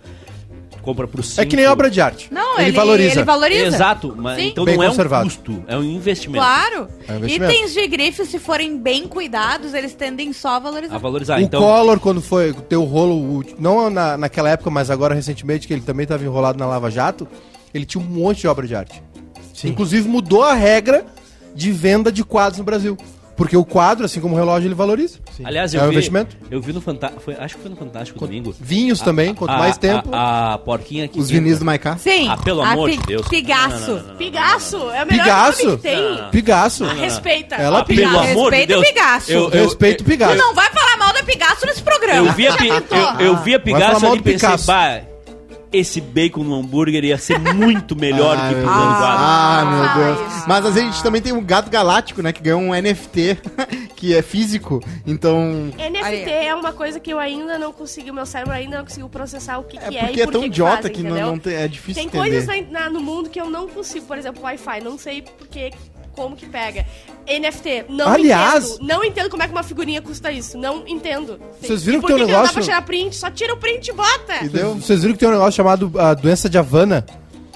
tu compra pro É cinco. que nem obra de arte. Não, ele, ele valoriza. valoriza. Exato, mas Sim. então Bem não é conservado. um custo, é um investimento. Claro. É um investimento. Itens de grife, se forem bem cuidados, eles tendem só a A valorizar. valorizar. o então, Collor, quando foi ter o rolo, o- não na, naquela época, mas agora recentemente, que ele também estava enrolado na Lava Jato, ele tinha um monte de obra de arte. Inclusive mudou a regra de venda de quadros no Brasil. Porque o quadro, assim como o relógio, ele valoriza. aliás, é eu um vi, investimento. eu vi no Fantástico, acho que foi no Fantástico domingo. Vinhos também, quanto a- mais tempo. A, a porquinha que Os pinta. vinis do Maiká. Sim. Ah, pelo amor de pi- Deus. Pigaço. Não, não, não, não, Pigaço, é o melhor Pigaço? nome que tem. Picasso. Respeita. Ela- Ah, pelo Pigaço. amor de Respeita o Deus. Pigaço. Eu, eu, Respeito o Tu Picasso. não vai falar mal da Pigaço nesse programa. Eu vi a, Pi- eu, eu vi a Vai falar Picasso mal ali e do pensei, Picasso. bah, esse bacon no hambúrguer ia ser muito Ah, melhor Ai, que meu pro Deus. ano quatro. Ah, Ah, meu Deus. isso. Mas às vezes a gente também tem um gato galáctico, né? Que ganhou um NFT, (laughs) que é físico. Então. NFT Aí. é uma coisa que eu ainda não consegui, meu cérebro ainda não conseguiu processar o que, É que porque e é, por tão que que idiota fazem, que não, entendeu? não tem- é difícil Tem entender. coisas na- na- no mundo que eu não consigo, por exemplo, Wi-Fi, não sei por que como que pega. NFT, não Aliás- entendo. Não entendo como é que uma figurinha custa isso. Não entendo. Vocês viram E que tem um Por que que não dá negócio- pra tirar print? Só tira o print e bota. Entendeu? Vocês viram que tem um negócio chamado a doença de ah, Havana?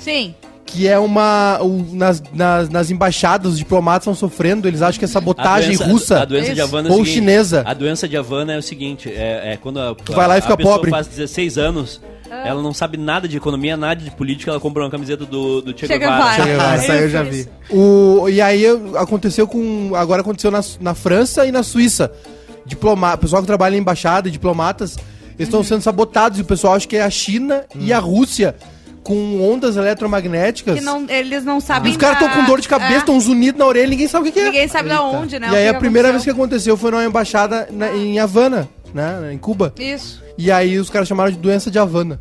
Sim. que é uma. o- nas, nas, nas embaixadas, os diplomatas estão sofrendo, eles acham que é sabotagem russa A doença de Havana é o ou seguinte, chinesa. A doença de Havana é o seguinte: é, é quando a, vai lá e a- fica a pessoa pobre. faz 16 anos, ela não sabe nada de economia, nada de política, ela comprou uma camiseta do, do Che Che Guevara. Guevara. Ah, essa aí eu já vi. Isso. O, e aí eu- aconteceu com. Agora aconteceu na, na França e na Suíça. Diploma, pessoal que trabalha em embaixada, diplomatas, eles estão sendo sabotados. E o pessoal acha que é a China e a Rússia com ondas eletromagnéticas. Que não, eles não e sabem. os caras estão da- com dor de cabeça, É, estão unidos na orelha, ninguém sabe o que, que é. Ninguém sabe da onde, né? e aí é o a primeira vez que aconteceu. Ah. aconteceu foi numa embaixada na- em Havana, né? Em Cuba. Isso. E aí os caras chamaram de doença de Havana.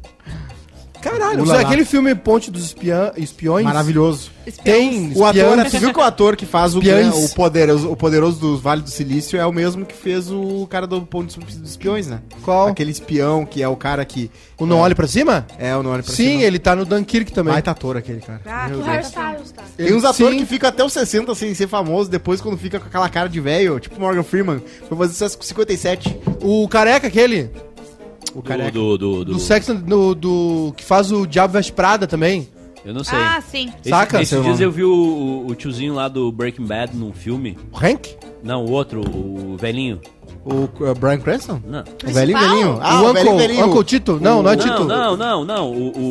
Caralho, Ulala. aquele filme Ponte dos Espiã- Espiões. Maravilhoso. Tem O ator, espiãs. né, tu viu que o ator que faz o, Espiões. gran- o, poderoso, o poderoso do Vale do Silício é o mesmo que fez o cara do Ponto dos Espiões, né? Qual? Aquele espião que é o cara que. O Não Olhe Pra Cima? É, o nome Sim, ele tá no Dunkirk também. Baita ator aquele, cara. Ah, Meu O que Deus. Harry Styles, tá? Tem uns atores Sim. que ficam até os 60 sem ser famoso, depois quando fica com aquela cara de velho, tipo Morgan Freeman, foi fazer sucesso com 57. O careca aquele, O Do, careca. do, do, do, do- Sex and- do, do- que faz o Diabo Veste Prada também. Eu não sei. Ah, sim. Esse- saca Esses seu dias nome. eu vi o, o- o tiozinho lá do Breaking Bad num filme. O Hank? Não, o outro, o velhinho. O eh, Brian Cranston? Não. O velhinho, velhinho. Ah, o, o, Uncle, velhinho, velhinho. Uncle Tito? Não, não é Tito. Não, não, não, não. O, o,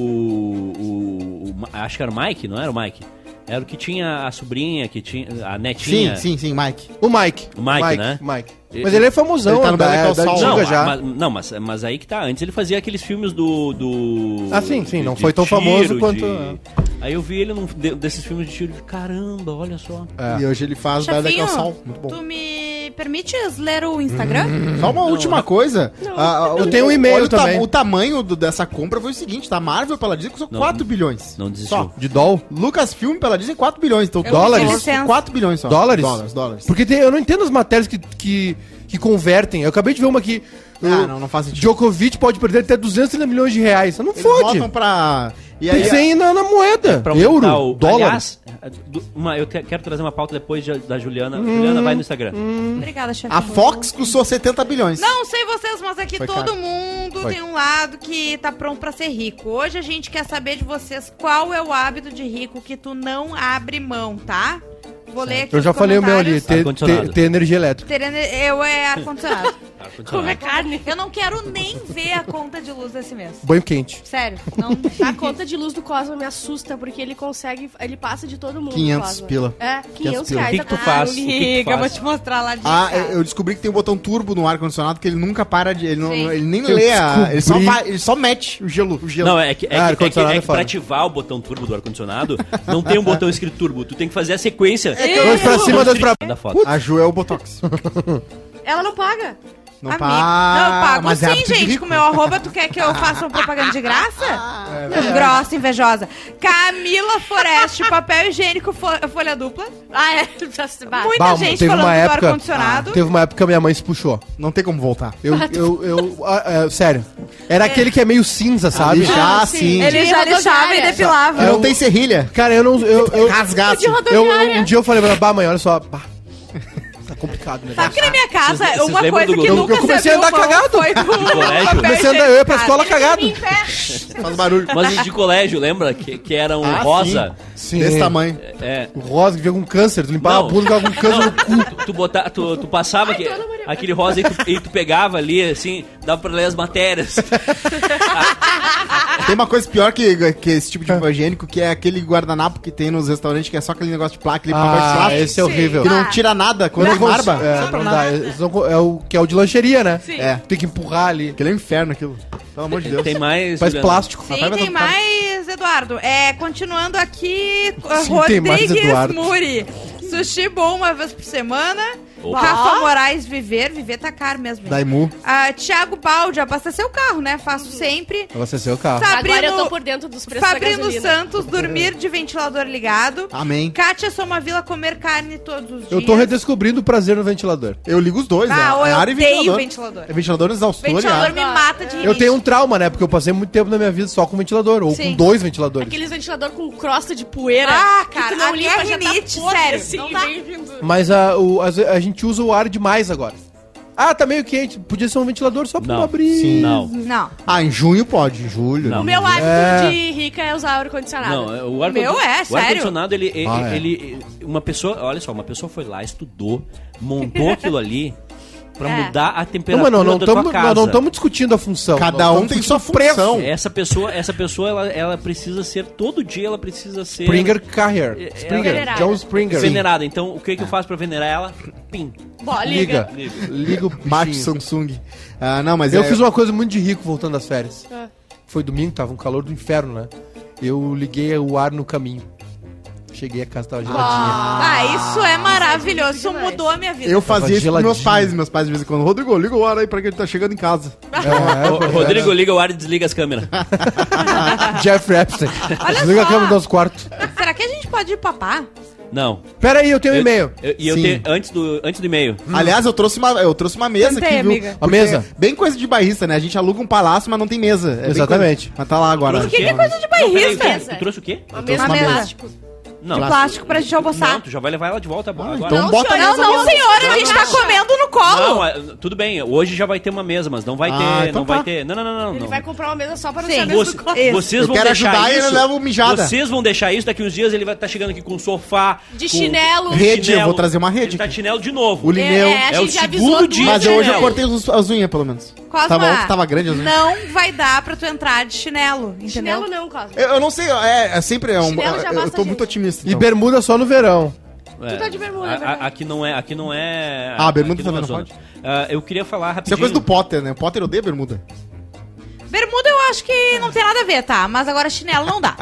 o- o- Ma- Acho que era o Mike, não era o Mike? Era o que tinha a sobrinha, que tinha. A Sim, netinha. sim, sim, Mike. O Mike. O Mike, né? Mike. Ele- Mas ele é famosão, Ele tá no da, Better Call da Saul. antiga Não, já. a- mas, não mas, mas aí que tá. Antes ele fazia aqueles filmes do. do Ah, sim, sim, não de foi tão famoso quanto- é. Aí eu vi ele num de- desses filmes de tiro. Caramba, olha só. É. E hoje ele faz Better Chefinho, Call Saul. é Muito bom. Hum. tu me permites ler o Instagram? Só uma última coisa. Ah, Eu o- tenho um e-mail olha o também. ta- O tamanho do- dessa compra foi o seguinte, tá? Marvel pela Disney custou Não, 4 bilhões. não desistiu. Só. De Doll? Lucasfilm pela Disney 4 bilhões. Então, Dólares? todos custam 4 bilhões só. Dólares? Dólares, dólares. Porque tem- eu não entendo as matérias que, que, que convertem. Eu acabei de ver uma aqui. Ah, o não, não faz sentido. Djokovic pode perder até 230 milhões de reais. Não Eles fode. botam pra... um- E Tem aí, que ser na, na moeda. É Pra Euro, aumentar o- dólar. Aliás, é, do- uma- eu que- quero trazer uma pauta depois de- da Hum, Juliana. Juliana, vai no Instagram. Obrigada, chefe. a Fox custou 70 bilhões. Não sei vocês, mas aqui Foi todo caro. mundo Foi. tem um lado que tá pronto pra ser rico. Hoje a gente quer saber de vocês qual é o hábito de rico que tu não abre mão, tá? Vou ler aqui Eu já os falei o meu ali. comentários. Ter, Ar-condicionado. ter- ter energia elétrica. Ter ener- Eu é (laughs) ar-condicionado. Tá, é Comer carne. Eu não quero nem ver a conta de luz desse mês. Banho quente. Sério, não. (laughs) A conta de luz do Cosma me assusta, porque ele consegue, ele passa de todo mundo. 500 Cosma. pila. É, 500 pila. reais. O que que tu tá faz? caro. O que que tu Ah, eu vou faz? te mostrar lá de Ah, cá. eu eu descobri que tem um botão turbo no ar-condicionado que ele nunca para de. Ele, não, Sim. ele nem Eu lê a. Ele só, descobri. vai- ele só mete o gelo. O gelo. Não, é que, é Ah, que, é que, ar-condicionado é é que pra foda. ativar o botão turbo do ar-condicionado, não tem um botão escrito turbo. Tu tem que fazer a sequência. É, Dois pra cima, dois pra Da foto. A Ju é o Botox. Ela não paga. Não Amigo. para. Não, eu pago mas é sim, hábito de gente. rico. Com meu arroba, tu quer que eu faça uma propaganda (laughs) de graça? É Hum, Grossa, invejosa. Camila Foreste, papel higiênico, fo- folha dupla. Ah, é. (laughs) Tá- bah. Muita Bah, gente teve falando uma do época, Ah, ar-condicionado. Teve uma época que a minha mãe se puxou. Não tem como voltar. Eu, eu, eu, ah, ah, sério. Era aquele que é meio cinza, sabe? já, Ah, sim. um sim. Ele Tinha já lixava e rodoviária. Ah, depilava. Não tem serrilha. Cara, eu não. Eu, é eu, De Rasgar. assim. eu- eu- rodoviária. um dia eu falei pra ela, bah, mãe, olha só. bah, tá complicado o Sabe negócio. que na minha casa, Vocês- vocês uma lembram coisa do que Globo? nunca Eu comecei se a andar abriu mão cagado. Foi do colégio? papel Comecei a andar eu ia pra higiênico. escola cagado. Em pé. Faz um barulho. Mas os de colégio, lembra? Que, que era um Ah, rosa. Sim. Desse tamanho. É. O Rosa que veio com câncer, tu limpava Não. a bunda e tava com câncer no cu. Não, tu, tu, bota- tu, tu passava que- aquele rosa e tu, e tu pegava ali, assim, dava pra ler as matérias. Tem uma coisa pior que, que esse tipo de papel higiênico, que é aquele guardanapo que tem nos restaurantes, que é só aquele negócio de placa, aquele papel de Ah, plástico. esse é horrível. Que (laughs) não tira nada quando Não cons- barba. É, Sabe? não dá, eles não co- é o que é o de lancheria, né? É. Tem que empurrar ali. Aquele é um inferno aquilo. Pelo amor de Deus. Tem mais. Faz Juliana? plástico. tá- Sim, tem mais, Eduardo. É, continuando aqui, Sim, tem mais, Rodrigues Eduardo. Muri. Sushi bom uma vez por semana. Opa. Rafa Moraes viver, viver tá caro mesmo. gente. Daimu. Ah, Thiago Balde, abasteceu o carro, né? Faço sempre. Abasteceu o Tá carro. Agora eu tô Fabrino, por dentro dos preços da Fabrino gasolina. Santos, Uhum. dormir de ventilador ligado. Amém. Kátia Somavila, comer carne todos os dias. Tá. Eu tô redescobrindo o prazer no ventilador. Eu ligo os dois, Ah, é, é eu área e odeio ventilador. ventilador. É ventilador exaustor, Ventilador ventilador me mata de Eu rinite. tenho um trauma, né? Porque eu passei muito tempo na minha vida só com ventilador, ou Sim. com dois ventiladores. Aqueles ventilador com crosta de poeira. Ah, que cara, tu não aqui é limpa, já tá rinite, podre, sério, tá? assim, não dá. bem-vindo. Mas a, o- as- a gente usa o ar demais agora. Ah, tá meio quente. Podia ser um ventilador só pra Não. não abrir. Sim. Não. Não. Ah, em junho pode, em julho. Não. O meu hábito É. de rica é usar ar-condicionado. Não, é, o ar Meu, é, o sério. ar-condicionado, ele, ele, Ah, é. ele- Uma pessoa, olha só, uma pessoa foi lá, estudou, (laughs) montou aquilo ali pra É. mudar a Não, temperatura mas não, não da tua estamos casa. não, estamos discutindo a função. Cada Nós um tamo tem sua discutindo o preço. função. Essa pessoa, essa pessoa ela, ela precisa ser, todo dia ela precisa ser... Springer Carrier. Springer. venerada. John Springer. Venerada. Então, o que, que eu faço pra venerar ela? Pim. Bom, liga. Liga. Liga. (laughs) Liga o Baixo bichinho. Samsung. Ah, não, mas Eu é- fiz uma coisa muito de rico voltando das férias. Ah. Foi domingo, tava um calor do inferno, né? Eu liguei o ar no caminho. Cheguei a casa, tava geladinha. Ah, isso é maravilhoso. Isso demais. mudou a minha vida. Eu fazia isso pros meus geladinho. pais, meus pais de vez em quando. Rodrigo, liga o ar aí pra que ele tá chegando em casa. É, Ô, foi- Rodrigo, liga o ar e desliga as câmeras. Jeff (laughs) Epstein. Olha Liga a só. câmera dos quartos. Será que a gente pode ir papar? Não. Pera aí, eu tenho um e-mail. Eu- E eu, Sim. tenho, antes do, antes do e-mail. Aliás, eu trouxe uma, eu trouxe uma mesa Não aqui, tem, viu? amiga. Porque Hum. Uma mesa? é Bem coisa de bairrista, né? A gente aluga um palácio, mas não tem mesa. É bem Exatamente. coisa- Mas tá lá agora. Trouxe o quê? é Que é coisa de Não, peraí, bairrista. tu- tu trouxe o quê? Uma trouxe mesa tipo, uma de mesa. plástico. Não. Plástico pra gente almoçar. Não, tu já vai levar ela de volta agora. então Não, bota senhor, Não, a mesa. não, senhor, a gente tá Relaxa. comendo no colo. Não, é, tudo bem, hoje já vai ter uma mesa, mas não vai Ah, ter, então não tá. vai ter. Não, não, não, não. Ele não. vai comprar uma mesa só pra não Sim. ser a mesa Você- do copo. Isso. vocês Eu vão quero deixar ajudar e isso. ele leva o mijada. Vocês vão deixar isso, daqui uns dias ele vai estar chegando aqui com um sofá. De com- chinelo. com Rede, eu vou trazer uma rede Ele tá aqui. de chinelo de novo. O Lineu. É, a É o gente já segundo avisou dia. duas mas eu- hoje eu chinelo. cortei os- as unhas, pelo menos. Cosma, Tava, ontem tava grande assim. as unhas. não vai dar pra tu entrar de chinelo, entendeu? Chinelo né? não, Cosmo. Eu, eu não sei, é, é sempre é um. Chinelo já eu- eu basta tô a muito gente. otimista. E então. bermuda só no verão. É. Tu tá de bermuda, A- a- verdade. Aqui não é. Aqui não é Ah, bermuda aqui não é também não zona. Ah, eu queria falar Isso rapidinho. é coisa do Potter, né? O Potter odeia bermuda. Bermuda eu acho que não tem nada a ver, tá? Mas agora chinelo não dá.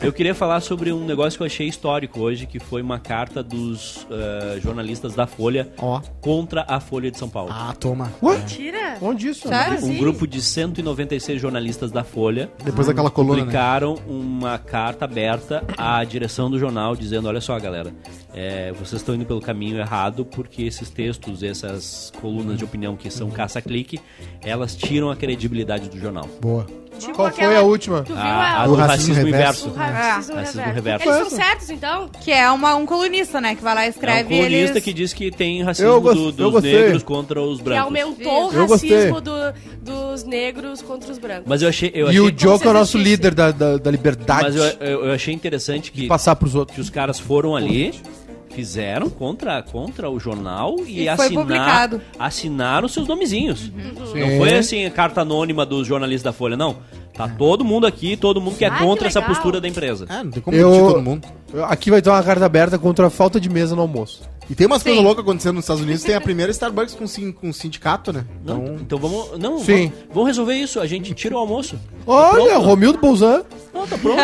Eu queria falar sobre um negócio que eu achei histórico hoje, que foi uma carta dos ah, jornalistas da Folha Ó. contra a Folha de São Paulo. Ah, toma. Ué? Tira. Onde isso? Ah, Sério? Um grupo de 196 jornalistas da Folha Hum. Depois daquela coluna, né? publicaram uma carta aberta à direção do jornal dizendo: olha só, galera, é, vocês estão indo pelo caminho errado porque esses textos, essas colunas de opinião que são caça-clique, elas tiram a credibilidade do jornal. Boa. Tipo Qual foi aquela- a última? Tu viu A, a... a O do racismo Ah, racismo, reverso. inverso. Ah, Ah, O racismo É. Racismo reverso. reverso. Eles são certos, então? Que é uma, um colunista, né? Que vai lá e escreve. É um colunista eles... que diz que tem racismo Eu gost- do- eu dos gostei. negros contra os Que brancos. aumentou o Eu gostei. racismo do- dos negros contra os brancos. Mas eu achei. Eu E achei o Joe que é o nosso existisse. líder da, da, da liberdade mas eu, eu- eu achei interessante que, de passar pros outros. que os caras foram ali, fizeram contra, contra o jornal e, E foi assinar, publicado. assinaram seus nomezinhos. Não foi assim, carta anônima dos jornalistas da Folha, não. Tá todo mundo aqui, todo mundo que é Ah, que contra essa legal. postura da empresa. É, não tem como Eu- mentir todo mundo. Eu- Aqui vai ter uma carta aberta contra a falta de mesa no almoço. Tá E tem umas Sim. coisas loucas acontecendo nos Estados Unidos. Tem (laughs) a primeira Starbucks com, sin- com sindicato, né? Não, Então, então vamos. Não, Sim. vamos, vamos resolver isso. A gente tira o almoço. Olha, pronto. Romildo Bolzan Não, tá pronto.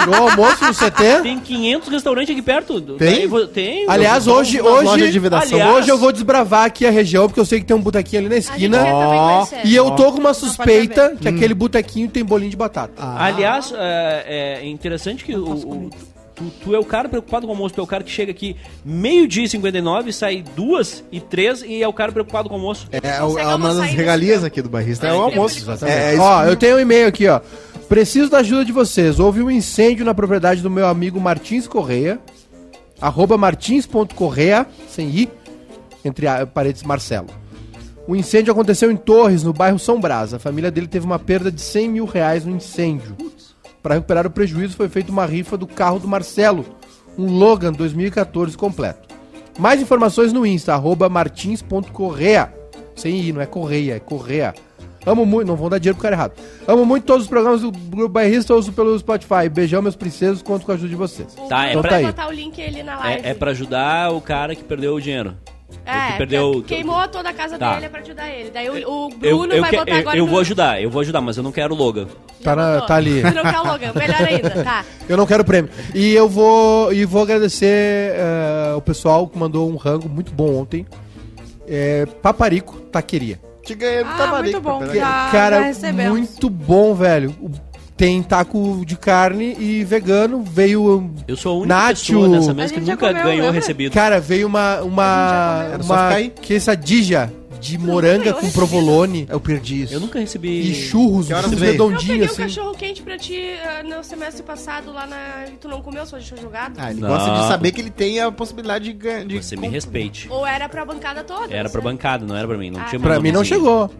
tirou o almoço no Então, CT. Tem 500 restaurantes aqui perto. Daí vo- Tem. Aliás, hoje, Uma loja hoje, de vedação. é aliás- hoje eu vou desbravar aqui a região, porque eu sei que tem um botequinho ali na A gente quer esquina. também Ó. conhecer. E eu tô com uma suspeita que Hum. aquele botequinho tem bolinho de batata. Ah, Aliás, é, é interessante que o, o- tu, tu é o cara preocupado com o almoço, tu é o cara que chega aqui meio-dia e 59, sai duas e três e é o cara preocupado com o almoço. É, o- é Consegue uma das almoçar regalias aqui do barrista. É o Ah, almoço. Exatamente. É, é isso ó, eu tenho um e-mail aqui, ó. Preciso da ajuda de vocês. Houve um incêndio na propriedade do meu amigo Martins Correia, arroba martins.correia, sem i, entre a- paredes Marcelo. O incêndio aconteceu em Torres, no bairro São Brás. A família dele teve uma perda de 100 mil reais no incêndio. Para recuperar o prejuízo, foi feita uma rifa do carro do Marcelo, um Logan 2014 completo. Mais informações no Insta, arroba martins.correa. Sem i, não é correia, é correa. Amo muito, não vão dar dinheiro pro cara errado. Amo muito todos os programas do Grupo Bairrista, ouço pelo Spotify. Beijão, meus princesos, conto com a ajuda de vocês. O Tá, é Bruno pra- vai botar o link ali na live. É, é para ajudar o cara que perdeu o dinheiro. É, que perdeu o- queimou toda a casa Tá. dele é pra ajudar ele. Daí o, o Eu, Bruno eu vai que- botar eu- agora. eu no- vou ajudar, eu vou ajudar, mas eu não quero o Logan. Já Tá na- botou. tá ali. Tu não quer é o Logan, melhor ainda. Tá. Eu não quero prêmio. E eu vou, e vou agradecer eh, o pessoal que mandou um rango muito bom ontem. É, paparico Taqueria. Te ganhei do tá Ah, tamarico, muito bom. pra Que- pegar. Já- cara, já recebemos. muito bom, velho. O- Tem taco de carne e vegano. Veio. Eu sou a única Nacho. pessoa nessa A mesa que gente já nunca comeu, ganhou lembra? recebido. Cara, veio uma. A gente já comeu. Uma. Era só Uma. ficar aí. Que essa Dija. de moranga com provolone. Eu perdi isso. Eu nunca recebi. E churros, Que horas churros veio? Eu peguei um redondinhos, assim. cachorro quente pra ti ah, no semestre passado lá na. e Tu não comeu, só deixou jogado? Ah, ele Não. gosta de saber que ele tem a possibilidade de ganhar. De... Você me respeite. Ou era pra bancada toda? Era não pra sei. bancada, não era pra mim. Não Ah, tinha assim. tá. Pra meu mim não nomezinho. chegou.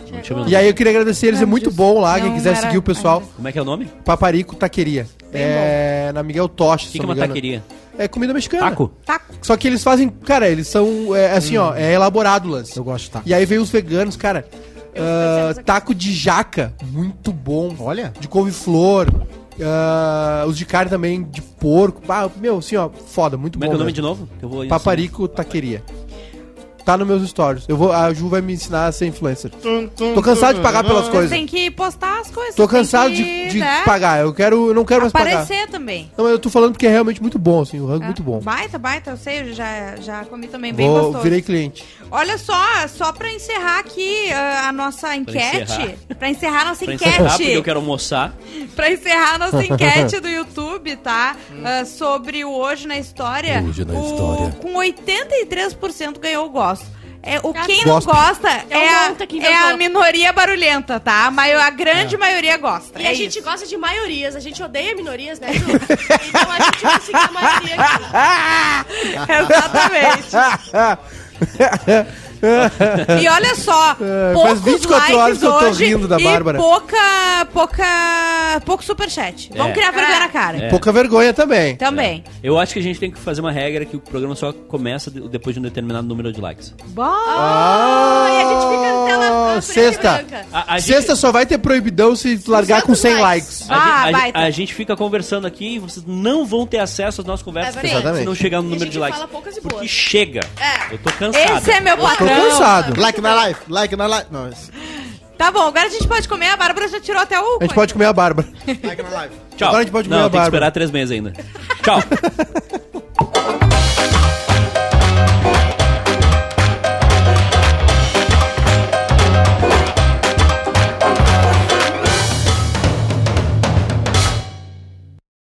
Não tinha Chegou. meu E aí eu queria agradecer eles, é muito bom lá, quem Não, quiser era- seguir o pessoal, Como é que é o nome? O Paparico Taqueria. É, na Miguel Tocha, que, se que é não uma me engano. taqueria? É comida mexicana. Taco? Hum. Taco. Só que eles fazem, cara, eles são, é, assim, ó, é elaborado o lance. Eu gosto de taco. E aí veio os veganos, cara, ah, taco de jaca, muito bom. Olha. De couve-flor, ah, os de carne também, de porco. Ah, meu, assim, ó, foda, muito Como é bom. que é o nome mesmo. de assim? novo? Que eu vou Paparico Taqueria. Tá nos meus stories. Eu vou, a Ju vai me ensinar a ser influencer. Tô cansado de pagar pelas Você coisas. tem que postar as coisas. Tô tem cansado que, de, de né, pagar. Eu quero, eu não quero mais pagar. Aparecer também. Não, mas eu tô falando porque é realmente muito bom, assim, o rango é Ah, muito bom. Baita, baita, eu sei, eu já, já comi também bem Vou, gostoso. virei cliente. Olha só, só pra encerrar aqui ah, a nossa enquete. encerrar. Pra encerrar a nossa (laughs) Pra enquete. encerrar, porque eu quero almoçar. Pra encerrar a (laughs) nossa enquete do YouTube, tá? Ah, sobre o Hoje na História. Hoje na o- História. Com 83% ganhou o gosto. É, o quem Gosto. não gosta É o é, a, Monta que é a inventou. minoria barulhenta, tá? A, maio- a grande maioria gosta. E é a gente isso. gosta de maiorias, a gente odeia minorias, né, Ju? Então a gente vai seguir a maioria aqui. Ah, (laughs) Exatamente. e olha só, É, poucos faz 24 likes horas que eu tô hoje rindo da e Bárbara. pouca, pouca, pouco superchat. É. Vamos criar vergonha na cara. É. Pouca vergonha também. Também. É. Eu acho que a gente tem que fazer uma regra que o programa só começa de- depois de um determinado número de likes. Bom. Ah, e a gente fica na tela na frente Sexta. branca. A, a Sexta só vai ter proibidão se tu largar com 100 likes. gente, a, Ah, tá. gente- baita. a gente fica conversando aqui e vocês não vão ter acesso às nossas conversas É verdade. se não chegar no E a número gente de likes. fala poucas e Porque boas. chega. É. Eu tô cansado. Esse é meu Tô Ah, patrão. cansado. Like na live, like na live. Não, esse- Tá bom, agora a gente pode comer. A Bárbara já tirou até o. A gente pode comer a Bárbara. like na live. Tchau. Agora a gente pode comer não, a tem que Bárbara. (laughs) esperar três meses ainda. Tchau.